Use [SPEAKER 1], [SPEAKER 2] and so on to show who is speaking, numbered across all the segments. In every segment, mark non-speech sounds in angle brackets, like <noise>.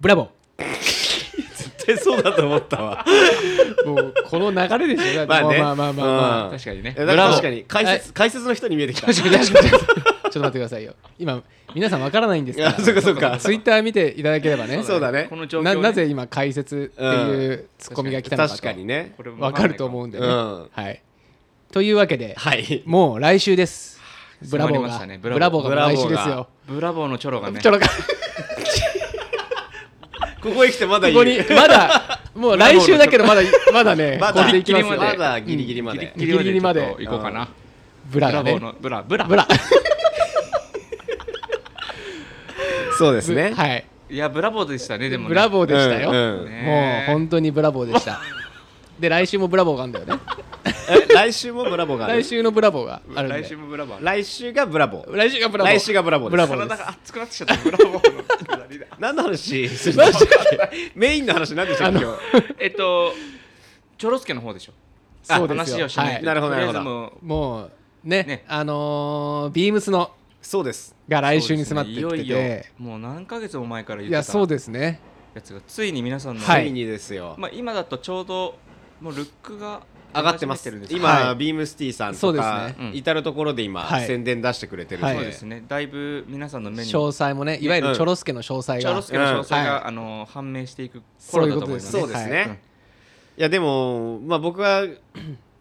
[SPEAKER 1] ブラボ
[SPEAKER 2] 絶対そうだと思っ
[SPEAKER 1] <laughs>
[SPEAKER 2] たわ
[SPEAKER 1] ーもうこの流れでしょ
[SPEAKER 2] まあね
[SPEAKER 1] まあまあまあまあまあ、
[SPEAKER 2] うん
[SPEAKER 1] 確かにね
[SPEAKER 2] いやだから
[SPEAKER 1] ブラボー
[SPEAKER 2] 確かに解
[SPEAKER 1] はい
[SPEAKER 2] 説解説の人に見えてきた
[SPEAKER 1] 確かに確かにちょっと待ってくださいよ今皆さんわからないんですから
[SPEAKER 2] いやそうかそうか
[SPEAKER 1] ツイッター見ていただければね
[SPEAKER 2] そうだね
[SPEAKER 3] この状況ね
[SPEAKER 1] ななぜ今解説っていうツッコミが来たのか
[SPEAKER 2] 確
[SPEAKER 1] と
[SPEAKER 2] かにね
[SPEAKER 3] これも
[SPEAKER 1] わかると思うんでね、
[SPEAKER 2] うん
[SPEAKER 1] はいというわけで
[SPEAKER 2] はい
[SPEAKER 1] もう来週ですブラボー
[SPEAKER 3] 迫りまし
[SPEAKER 1] が、
[SPEAKER 3] たねブ
[SPEAKER 1] ブ
[SPEAKER 3] ラボー
[SPEAKER 1] ラボーがもう来週です
[SPEAKER 2] ブラボ
[SPEAKER 1] よ
[SPEAKER 3] ブラボーのチョロがね
[SPEAKER 1] ちょろか
[SPEAKER 2] ここへ来てまだ
[SPEAKER 1] こ
[SPEAKER 2] い
[SPEAKER 1] こに
[SPEAKER 2] る
[SPEAKER 1] まだもう来週だけどまだまだね
[SPEAKER 2] ま
[SPEAKER 1] これ
[SPEAKER 2] だ
[SPEAKER 1] でいきます
[SPEAKER 2] ま
[SPEAKER 1] よ
[SPEAKER 3] ね
[SPEAKER 2] だギリギリまで
[SPEAKER 1] リギリまで
[SPEAKER 3] ちょっと行こうかな
[SPEAKER 1] ブ
[SPEAKER 3] ブ
[SPEAKER 1] ラが
[SPEAKER 3] ラボー
[SPEAKER 1] ね
[SPEAKER 3] のブラブラ
[SPEAKER 1] ブラ
[SPEAKER 2] そうですね
[SPEAKER 1] はい
[SPEAKER 3] いやブラボーでしたねでもね
[SPEAKER 1] ブラボーでしたよ
[SPEAKER 2] うん
[SPEAKER 1] も
[SPEAKER 2] うん
[SPEAKER 1] う
[SPEAKER 3] ね
[SPEAKER 1] 本当にブラボーでした
[SPEAKER 3] <laughs>
[SPEAKER 1] で来週もブラボーがあるんだよね
[SPEAKER 2] え来週もブラボーがある
[SPEAKER 1] 来週のブラボーがあるんで
[SPEAKER 3] 来週もブラボー
[SPEAKER 2] 来週がブラボー
[SPEAKER 1] 来週がブラボー
[SPEAKER 2] 来週がブラボーです
[SPEAKER 1] ブラボーで
[SPEAKER 3] 体
[SPEAKER 1] す
[SPEAKER 3] が熱くなってきちゃったブラボー
[SPEAKER 2] <laughs>
[SPEAKER 3] のくだりだ
[SPEAKER 2] 何の話するの
[SPEAKER 1] <laughs>
[SPEAKER 2] メインの話何でしたっけ今
[SPEAKER 3] えっとチョロスケの方でしょ
[SPEAKER 1] そうです
[SPEAKER 3] 話
[SPEAKER 1] よ
[SPEAKER 3] をしな
[SPEAKER 1] はいい
[SPEAKER 3] と
[SPEAKER 2] なるほど
[SPEAKER 3] とりあえず
[SPEAKER 2] なるほ
[SPEAKER 3] もう
[SPEAKER 1] もうね
[SPEAKER 3] ね
[SPEAKER 1] あのービームスの
[SPEAKER 2] そうです
[SPEAKER 1] が来週に迫ってきてて
[SPEAKER 3] そうですねいよいよもう何ヶ月も前から言
[SPEAKER 1] い
[SPEAKER 3] ってた
[SPEAKER 1] やそうですね
[SPEAKER 3] やつがついに皆さんの、
[SPEAKER 2] つ
[SPEAKER 1] はい
[SPEAKER 2] いにですよ
[SPEAKER 3] まあ、今だとちょうどもうルックが
[SPEAKER 2] 上がってます
[SPEAKER 3] 出始めてるんですか
[SPEAKER 2] 今
[SPEAKER 1] は
[SPEAKER 2] ビームスティーさん
[SPEAKER 1] そ
[SPEAKER 2] と
[SPEAKER 1] う
[SPEAKER 2] か
[SPEAKER 1] です
[SPEAKER 3] ねうん
[SPEAKER 2] 至る所で今
[SPEAKER 1] はい
[SPEAKER 2] 宣伝出してくれてるん
[SPEAKER 1] はい
[SPEAKER 3] そう
[SPEAKER 2] で
[SPEAKER 3] ですねだいぶ皆さんの目にチ
[SPEAKER 1] 詳
[SPEAKER 3] ョ
[SPEAKER 1] 細もねいわゆ
[SPEAKER 2] うん
[SPEAKER 1] るチョロスケの詳細が
[SPEAKER 3] ロスケの詳細が、
[SPEAKER 1] うん
[SPEAKER 3] あの判明していく頃だと思います
[SPEAKER 1] そう
[SPEAKER 2] そうですねいやでもまあ僕は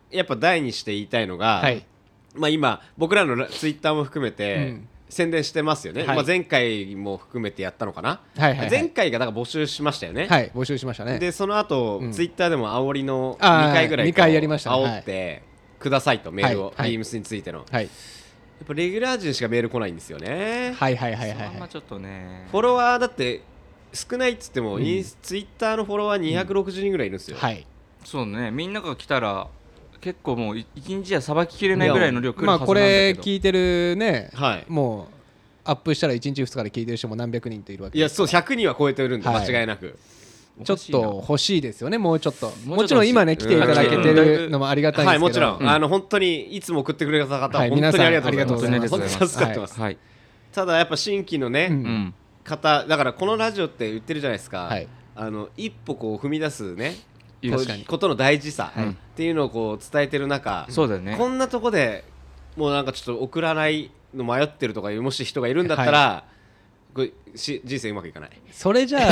[SPEAKER 2] やっぱ第二して言いたいのが
[SPEAKER 1] はい
[SPEAKER 2] まあ今僕らのツイッターも含め
[SPEAKER 1] う
[SPEAKER 2] て
[SPEAKER 1] ん
[SPEAKER 2] 宣伝してますよね
[SPEAKER 1] はい
[SPEAKER 2] まあ前回も含めてやったのかな
[SPEAKER 1] はいはいはい
[SPEAKER 2] 前回がだから募集しましたよね
[SPEAKER 1] はい募集しましたね
[SPEAKER 2] でその後、
[SPEAKER 1] うん
[SPEAKER 2] ツイッターでも煽りの
[SPEAKER 1] あー
[SPEAKER 2] 2回ぐらい
[SPEAKER 1] はい二回やりましたね
[SPEAKER 2] 煽ってくださいとメールを、
[SPEAKER 1] はいはい
[SPEAKER 2] ビームスについてのや
[SPEAKER 1] はい
[SPEAKER 2] っぱレギュラー陣しかメール来ないんですよね、
[SPEAKER 1] はいはいは
[SPEAKER 3] は
[SPEAKER 1] はい
[SPEAKER 3] いいそん
[SPEAKER 1] は
[SPEAKER 3] ないちょっとね
[SPEAKER 2] フォロワーだって少ないっつっても、
[SPEAKER 1] うん
[SPEAKER 2] インスツイッターのフォロワー260人ぐらいいるんですよ、
[SPEAKER 1] はい
[SPEAKER 3] そうねみんなが来たら結構もうい一日じゃさばききれないぐらいの量来る
[SPEAKER 1] ま
[SPEAKER 3] は
[SPEAKER 1] あ
[SPEAKER 3] ずなんだけど、
[SPEAKER 1] これ聞いてるね
[SPEAKER 2] はい
[SPEAKER 1] もうアップしたら1日2日で聞いてる人も何百人といるわけ
[SPEAKER 2] い
[SPEAKER 1] で
[SPEAKER 2] やそう100人は超えてるんで、
[SPEAKER 1] はい
[SPEAKER 2] 間違いなく
[SPEAKER 1] ちょっと欲しいですよねもうちょっと
[SPEAKER 3] もうちょっと
[SPEAKER 1] もちろん今ね
[SPEAKER 3] 欲し
[SPEAKER 1] 来
[SPEAKER 3] い
[SPEAKER 1] ていただけてるのもありがたいんで
[SPEAKER 2] はい
[SPEAKER 1] すけど
[SPEAKER 2] もちろん、
[SPEAKER 3] うん
[SPEAKER 2] あの本当にいつも送ってくれた方、
[SPEAKER 1] はい
[SPEAKER 2] 本当にありがとうございます
[SPEAKER 3] 皆さんありがとうございます
[SPEAKER 2] 本当に助かってます、
[SPEAKER 3] はい、
[SPEAKER 2] ただやっぱ新規のね、
[SPEAKER 1] うん
[SPEAKER 3] うん、
[SPEAKER 2] 方だからこのラジオって言ってるじゃないですか、
[SPEAKER 1] はい
[SPEAKER 2] あの一歩こう踏み出すね
[SPEAKER 3] いい
[SPEAKER 2] こ
[SPEAKER 3] で
[SPEAKER 1] 確
[SPEAKER 2] う
[SPEAKER 3] す
[SPEAKER 1] かに
[SPEAKER 2] ことの大事さ、
[SPEAKER 3] はい
[SPEAKER 2] っていうのをこう伝えてる中、
[SPEAKER 3] そうだよね
[SPEAKER 2] こんなとこでもうなんかちょっと送らないの迷ってるとかいうもし人がいるんだったら、これし人生うまくいかない
[SPEAKER 1] それじゃあ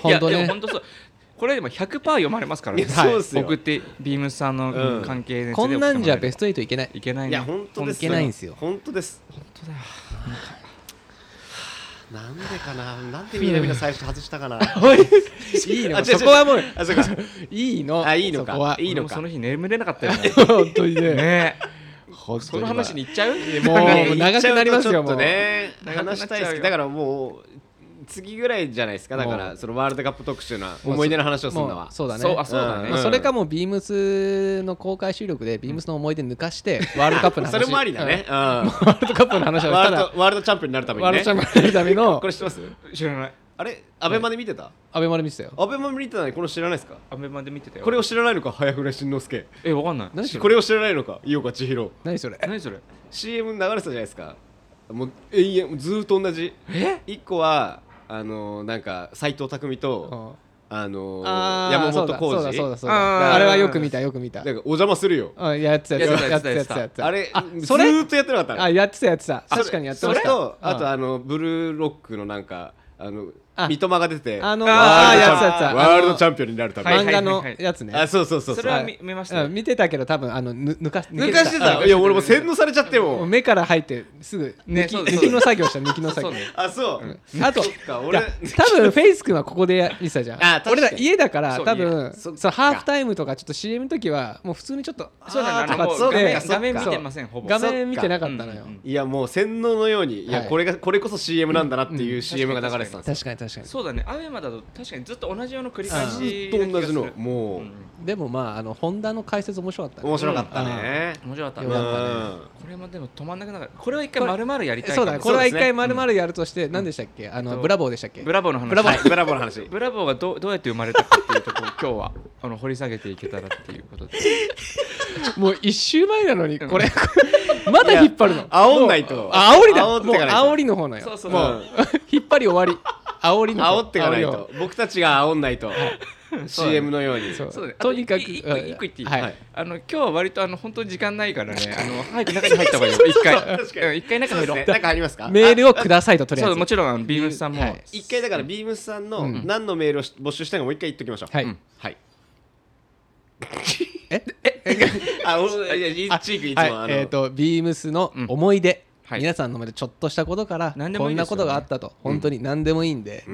[SPEAKER 1] 本当
[SPEAKER 3] いやで
[SPEAKER 1] ね
[SPEAKER 3] も本当そうこれでも100%読まれますからね、
[SPEAKER 2] いやそうっすよ
[SPEAKER 3] 送ってビームさん
[SPEAKER 2] うん
[SPEAKER 3] の関係で、
[SPEAKER 1] こんなんじゃベスト8いけない
[SPEAKER 3] いけない
[SPEAKER 2] い
[SPEAKER 3] ね
[SPEAKER 2] や本当です
[SPEAKER 1] いけないんすよ
[SPEAKER 2] 本当です本当だよなんでかななんでみんなみんな最初外したかな
[SPEAKER 1] お <laughs> いいいの
[SPEAKER 2] あ違う違う
[SPEAKER 1] そこはもう
[SPEAKER 2] あそうか
[SPEAKER 1] いいの
[SPEAKER 2] あいいのか
[SPEAKER 1] そこはい
[SPEAKER 2] いのか
[SPEAKER 3] 俺もその日眠れなかったよ
[SPEAKER 1] <laughs>
[SPEAKER 3] ね
[SPEAKER 1] 本当にね
[SPEAKER 3] ね
[SPEAKER 1] 本当
[SPEAKER 3] その話に行っちゃう
[SPEAKER 1] もう
[SPEAKER 2] <laughs> いや
[SPEAKER 1] 長くなりますよ
[SPEAKER 2] 言っちゃうとちょっとね
[SPEAKER 3] もう
[SPEAKER 2] 話したいですけどだからもう次ぐらいじゃないですかだか
[SPEAKER 1] も
[SPEAKER 2] らそのワールドカップ特集の思い出の話をするの
[SPEAKER 1] も
[SPEAKER 2] は
[SPEAKER 1] うそうだね
[SPEAKER 3] そうあそうだね、
[SPEAKER 1] まあ
[SPEAKER 2] うん
[SPEAKER 1] それかもうビームスの公開収録でビームスの思い出抜かしてワールドカップの話
[SPEAKER 2] それもありだね、うん、
[SPEAKER 1] うんワールドカップの話をしたら
[SPEAKER 2] ワールドワールドチャンピオンになるために
[SPEAKER 1] ワール
[SPEAKER 2] ね
[SPEAKER 1] ドチャンピオンになるための
[SPEAKER 2] <laughs> これ知ってます
[SPEAKER 3] 知らない
[SPEAKER 2] あれアベマで見てた、
[SPEAKER 1] アベマで見てたよ
[SPEAKER 2] アベマで見てたのにこの知らないですか
[SPEAKER 3] アメマで見てたよ
[SPEAKER 2] これを知らないのか早倉慎之介
[SPEAKER 3] えわかんない
[SPEAKER 1] 何そ
[SPEAKER 2] こ
[SPEAKER 1] れ
[SPEAKER 2] れを知らないのか井岡千尋
[SPEAKER 1] 何それ
[SPEAKER 3] 何それ
[SPEAKER 2] CM 流れてたじゃないですかもう永遠ずーっと同じ
[SPEAKER 3] え
[SPEAKER 2] 一個はあのー、なんか斎藤工と、
[SPEAKER 1] うん
[SPEAKER 2] あの
[SPEAKER 1] あー
[SPEAKER 2] ー、山
[SPEAKER 1] そう
[SPEAKER 2] 本
[SPEAKER 1] だ
[SPEAKER 2] 浩
[SPEAKER 1] そうだそうだ
[SPEAKER 2] 二
[SPEAKER 1] そうだ
[SPEAKER 3] あー
[SPEAKER 1] あれはよく見たよく見た
[SPEAKER 2] なんかお邪魔するよ
[SPEAKER 1] うんやってたやってたや
[SPEAKER 3] や
[SPEAKER 1] っ
[SPEAKER 3] って
[SPEAKER 1] て
[SPEAKER 3] た
[SPEAKER 1] たや
[SPEAKER 3] や
[SPEAKER 1] っ
[SPEAKER 3] ってて
[SPEAKER 1] た
[SPEAKER 3] た
[SPEAKER 2] あれ
[SPEAKER 1] あ
[SPEAKER 2] ず
[SPEAKER 1] それ
[SPEAKER 2] ーっとやってなかった
[SPEAKER 1] あやってたやってた確かにやってました
[SPEAKER 2] それとあ
[SPEAKER 1] う
[SPEAKER 2] と
[SPEAKER 1] ん
[SPEAKER 2] あのブルーロックのなんかあの
[SPEAKER 1] あ
[SPEAKER 2] 三笘が出て
[SPEAKER 1] あの
[SPEAKER 2] ワ
[SPEAKER 1] あ
[SPEAKER 2] ー
[SPEAKER 1] ー
[SPEAKER 2] ルド
[SPEAKER 1] やって
[SPEAKER 2] チ
[SPEAKER 1] たやっ
[SPEAKER 2] ャン
[SPEAKER 1] てた
[SPEAKER 2] ワールドチ
[SPEAKER 1] ャン
[SPEAKER 2] ャンピオンになるため
[SPEAKER 3] はい
[SPEAKER 1] 漫
[SPEAKER 2] に
[SPEAKER 1] 画のやつね
[SPEAKER 2] あそうそうそう
[SPEAKER 3] そうれは見見ました
[SPEAKER 1] うん見てたけど多分あのぬ抜か
[SPEAKER 2] 抜かして
[SPEAKER 3] 抜
[SPEAKER 2] た
[SPEAKER 3] けてた
[SPEAKER 2] いや俺もう洗脳されちゃって
[SPEAKER 1] もう
[SPEAKER 2] もう
[SPEAKER 1] 目から入ってすぐ抜
[SPEAKER 3] ね
[SPEAKER 1] き,、
[SPEAKER 3] そうだ
[SPEAKER 1] 抜
[SPEAKER 3] そう
[SPEAKER 1] き
[SPEAKER 3] だ
[SPEAKER 1] の作業した抜きの作業
[SPEAKER 3] そうね
[SPEAKER 2] あそう
[SPEAKER 1] あと
[SPEAKER 2] そっか
[SPEAKER 1] い
[SPEAKER 2] 俺
[SPEAKER 1] や多分フェイス君はここでやってたじゃん
[SPEAKER 2] あ確かに
[SPEAKER 1] 俺ら家だから
[SPEAKER 3] そう
[SPEAKER 1] 多分
[SPEAKER 2] 家そっ
[SPEAKER 1] そ
[SPEAKER 2] か
[SPEAKER 1] のハーフタイムとかちょっと CM の時はもう普通にちょっと
[SPEAKER 3] そうな
[SPEAKER 1] あ
[SPEAKER 3] んだ
[SPEAKER 1] ー
[SPEAKER 3] あのもう
[SPEAKER 2] そう
[SPEAKER 3] 画
[SPEAKER 2] か
[SPEAKER 3] 面
[SPEAKER 2] そうか
[SPEAKER 3] 画面見てませんほぼ
[SPEAKER 1] 画面見てなかったのよ、
[SPEAKER 3] うんうん
[SPEAKER 2] いやもう洗脳のようにいや
[SPEAKER 1] はい
[SPEAKER 2] これがこれこそ CM なんだなっていうう CM が流れてたんです
[SPEAKER 1] 確かに確かに
[SPEAKER 3] そうだねアベマだと確かにずっと同じような繰り返
[SPEAKER 2] ず
[SPEAKER 3] し
[SPEAKER 2] ーっと同じ
[SPEAKER 3] な
[SPEAKER 2] の
[SPEAKER 3] 気がする
[SPEAKER 2] も
[SPEAKER 3] うん
[SPEAKER 1] でもまああのホンダの解説面白かった
[SPEAKER 2] う
[SPEAKER 1] ね、
[SPEAKER 2] 面白かったね
[SPEAKER 3] 面白かっ
[SPEAKER 2] う
[SPEAKER 1] よか
[SPEAKER 3] た
[SPEAKER 1] っ
[SPEAKER 3] ね
[SPEAKER 2] ん
[SPEAKER 3] これもでも止まんなくなかったこれは一回丸々やりたい
[SPEAKER 1] そうだねこれは一
[SPEAKER 2] そうですね
[SPEAKER 1] 回まるまるやるとして何でしたっけあ
[SPEAKER 3] えっ
[SPEAKER 1] の
[SPEAKER 3] と
[SPEAKER 1] ブラボーでしたっけ
[SPEAKER 3] ブラボーの話
[SPEAKER 1] ブラボー
[SPEAKER 2] はいブラボーの話
[SPEAKER 3] ブラボーがどどうやって生まれたかっていうところを今日は <laughs> あの掘り下げていけたらっていうことで
[SPEAKER 1] もう一周前なのにこれまだ引っ張るの
[SPEAKER 2] いや煽んないと
[SPEAKER 1] もうあ煽りだ
[SPEAKER 2] 煽
[SPEAKER 1] も
[SPEAKER 2] っ
[SPEAKER 1] う
[SPEAKER 2] てかないと
[SPEAKER 1] 煽りの方なよ <laughs>
[SPEAKER 3] そうそう
[SPEAKER 1] も
[SPEAKER 2] う
[SPEAKER 1] う引っ張り終わり煽りの
[SPEAKER 2] 煽っていかない
[SPEAKER 1] 煽
[SPEAKER 2] と僕たちが煽んないと <laughs>
[SPEAKER 3] そうだね
[SPEAKER 2] CM のように
[SPEAKER 1] そう
[SPEAKER 3] そうだね
[SPEAKER 1] とにかく
[SPEAKER 3] あといい一個一個言っていい
[SPEAKER 1] はい
[SPEAKER 2] はい
[SPEAKER 3] あの今日は割とあの本当に時間ないからね、あの早く中に入った方がいいよ、一回
[SPEAKER 2] 確かに
[SPEAKER 3] うん。一回中
[SPEAKER 2] そうで
[SPEAKER 3] に入
[SPEAKER 2] す
[SPEAKER 3] ろう
[SPEAKER 2] ね。なんかありますか
[SPEAKER 1] りをメールをくださいととりあえ
[SPEAKER 3] そ
[SPEAKER 1] ず
[SPEAKER 3] う、もちろんあのビームスさんも、
[SPEAKER 1] はい
[SPEAKER 2] 一回だからビームスさん
[SPEAKER 1] う
[SPEAKER 2] の
[SPEAKER 1] ん
[SPEAKER 2] 何のメールを募集したいかもう一回言っときましょう
[SPEAKER 1] はい
[SPEAKER 2] うんはい
[SPEAKER 1] え
[SPEAKER 2] <laughs> あおいやいチークいつも
[SPEAKER 1] はい
[SPEAKER 2] あの
[SPEAKER 1] えっ、とビームスの思い出、
[SPEAKER 3] うんはい
[SPEAKER 1] 皆さんの前でちょっとしたことから
[SPEAKER 3] 何で
[SPEAKER 1] こ
[SPEAKER 3] も
[SPEAKER 1] ん
[SPEAKER 3] いいで
[SPEAKER 1] な
[SPEAKER 3] すよね
[SPEAKER 1] ことがあったと本当に何でもいいんで、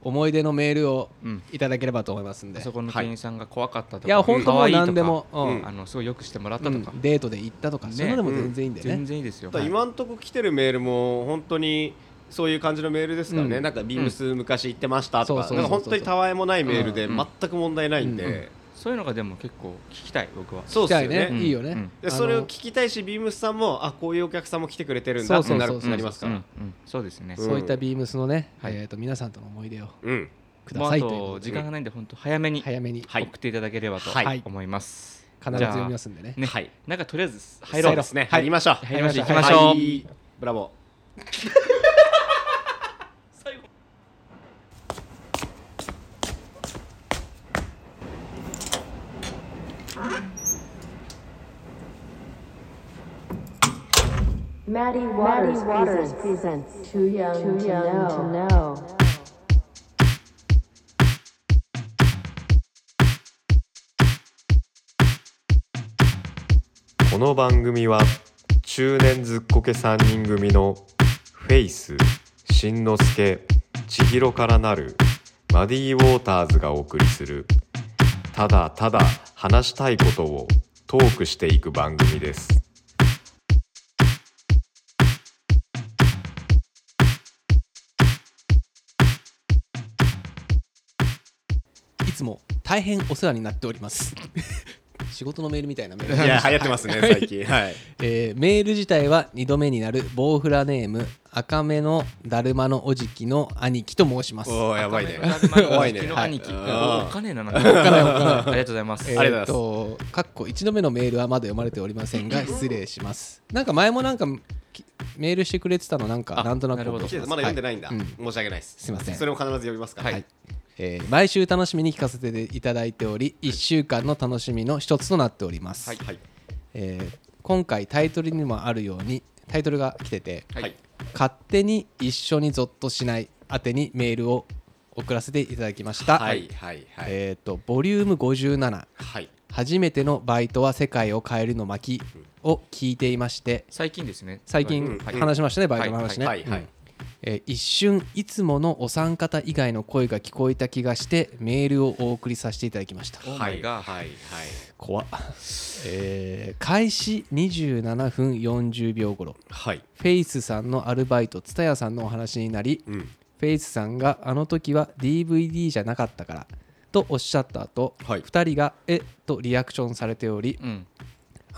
[SPEAKER 1] 思い出のメールを
[SPEAKER 3] うん
[SPEAKER 1] いただければと思いますんで、
[SPEAKER 3] あそこの店員さんが怖かったとか、
[SPEAKER 1] いや本当も
[SPEAKER 3] 可
[SPEAKER 1] う
[SPEAKER 3] 愛いとか
[SPEAKER 1] 何でも、うん
[SPEAKER 2] うん
[SPEAKER 3] あのすごいよくしてもらったとか、
[SPEAKER 1] うんデートで行ったとか、
[SPEAKER 3] ね
[SPEAKER 1] そういうのでも全然いいんでね、
[SPEAKER 3] 全然いいですよ。
[SPEAKER 2] ただ
[SPEAKER 3] はい
[SPEAKER 2] 今んとこ来てるメールも本当にそういう感じのメールですからね、
[SPEAKER 1] うん
[SPEAKER 2] なんかビームス昔行ってましたとか、
[SPEAKER 1] そうそうそう
[SPEAKER 2] なんか本当にたわいもないメールで
[SPEAKER 3] うん
[SPEAKER 2] 全く問題ないんで、
[SPEAKER 1] うん
[SPEAKER 3] そういうのがでも結構聞きたい、僕は。
[SPEAKER 2] そう
[SPEAKER 1] 聞き
[SPEAKER 2] です
[SPEAKER 1] たいね、
[SPEAKER 2] よね
[SPEAKER 3] うん
[SPEAKER 1] いいよね、
[SPEAKER 3] うん
[SPEAKER 2] で
[SPEAKER 1] あの
[SPEAKER 2] それを聞きたいしビームスさんもあこういうお客さんも来てくれてるんだってなる
[SPEAKER 1] そうそうそう
[SPEAKER 2] なりますから、
[SPEAKER 3] うんうんそうですね。
[SPEAKER 1] そういったビームスのね、
[SPEAKER 3] はい
[SPEAKER 1] えー、と皆さんとの思い出を
[SPEAKER 2] うん
[SPEAKER 1] くだ
[SPEAKER 3] もう
[SPEAKER 1] さ
[SPEAKER 3] あ
[SPEAKER 1] いということとで
[SPEAKER 3] 時間がないんで、本当早めに送
[SPEAKER 1] 早めに
[SPEAKER 2] はい
[SPEAKER 3] っていただければと
[SPEAKER 2] はい
[SPEAKER 3] 思います。
[SPEAKER 1] 必ず読みますんでね
[SPEAKER 3] ね、
[SPEAKER 2] はい
[SPEAKER 3] なんかとりあえず入ろう
[SPEAKER 2] そうですね、入りましょう
[SPEAKER 3] 入りましょう
[SPEAKER 1] 入りま
[SPEAKER 3] しょう
[SPEAKER 2] は
[SPEAKER 3] 行きましょう
[SPEAKER 2] いブラボー
[SPEAKER 4] Maddie Waters, presents, Too Young, to, know.
[SPEAKER 5] この番組は中年ずっこけ3人組のフェイスしんのすけ千尋からなるマディ・ウォーターズがお送りするただただ話したいことをトークしていく番組です。
[SPEAKER 1] いつも大変お世話になっております <laughs> 仕事のメールみたいなメール
[SPEAKER 2] いや流行ってますね最近
[SPEAKER 5] <laughs>
[SPEAKER 2] はい
[SPEAKER 1] <laughs> えーメール自体は2度目になる棒フラネーム赤目のだるまのおじきの兄貴と申します
[SPEAKER 2] おーやばいね
[SPEAKER 1] <laughs>
[SPEAKER 3] 怖
[SPEAKER 2] 怖
[SPEAKER 3] い
[SPEAKER 2] い
[SPEAKER 3] ね。
[SPEAKER 2] ね
[SPEAKER 3] 昨日兄貴。
[SPEAKER 2] はい
[SPEAKER 3] お金なのか。ありがとうございま
[SPEAKER 1] え
[SPEAKER 3] す。
[SPEAKER 1] ー
[SPEAKER 2] ありがと
[SPEAKER 1] とかっこ1度目のメールはまだ読まれておりませ
[SPEAKER 3] <laughs>
[SPEAKER 1] んが失礼しますなんか前もなんかきメールしてくれてたのなんか
[SPEAKER 3] あ
[SPEAKER 1] なんとなく
[SPEAKER 3] なるほど
[SPEAKER 1] 覚えて
[SPEAKER 2] まだ読んで
[SPEAKER 1] はい
[SPEAKER 2] ないんだ、
[SPEAKER 1] うん
[SPEAKER 2] 申し訳ないです
[SPEAKER 1] すいません
[SPEAKER 2] それも必ず読みますから
[SPEAKER 1] はいえー毎週楽しみに聞かせていただいており1週間の楽しみの一つとなっております、
[SPEAKER 2] はいはい
[SPEAKER 1] えー今回タイトルにもあるようにタイトルが来てて
[SPEAKER 2] はい、
[SPEAKER 1] 勝手に一緒にゾッとしない宛てにメールを送らせていただきました、
[SPEAKER 2] はいはいはい
[SPEAKER 1] えっ、とボリューム57
[SPEAKER 2] はい
[SPEAKER 1] 初めてのバイトは世界を変えるの巻を聞いていまして
[SPEAKER 3] 最近ですね。
[SPEAKER 1] 最
[SPEAKER 2] う
[SPEAKER 1] 近
[SPEAKER 2] んはい
[SPEAKER 1] 話しましたね、バイトの話ね、
[SPEAKER 2] はいはい
[SPEAKER 1] えー一瞬いつものお三方以外の声が聞こえた気がしてメールをお送りさせていただきました
[SPEAKER 3] お
[SPEAKER 2] はい
[SPEAKER 3] が
[SPEAKER 2] はいはい
[SPEAKER 1] 怖っえー開始27分40秒頃
[SPEAKER 2] はい
[SPEAKER 1] フェイスさんのアルバイト蔦屋さんのお話になり
[SPEAKER 2] うん
[SPEAKER 1] フェイスさんがあの時は DVD じゃなかったからとおっしゃった後、
[SPEAKER 2] はい
[SPEAKER 1] 2人が「えっ?」とリアクションされており
[SPEAKER 3] うん。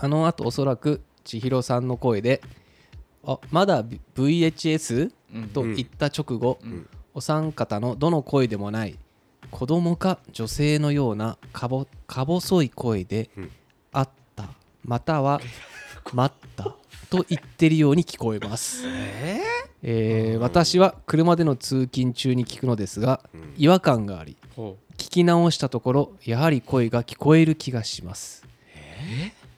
[SPEAKER 1] あのあとおそらく千尋さんの声で「あまだ VHS?」
[SPEAKER 3] うん
[SPEAKER 1] と言った直後、
[SPEAKER 3] ん
[SPEAKER 1] お三方のどの声でもない子供か女性のようなかぼか細い声で「
[SPEAKER 2] うん
[SPEAKER 1] あった」または「待った」と言ってるように聞こえます。えー私は車での通勤中に聞くのですが違和感があり
[SPEAKER 3] ほう。
[SPEAKER 1] 聞き直したところやはり声が聞こえる気がします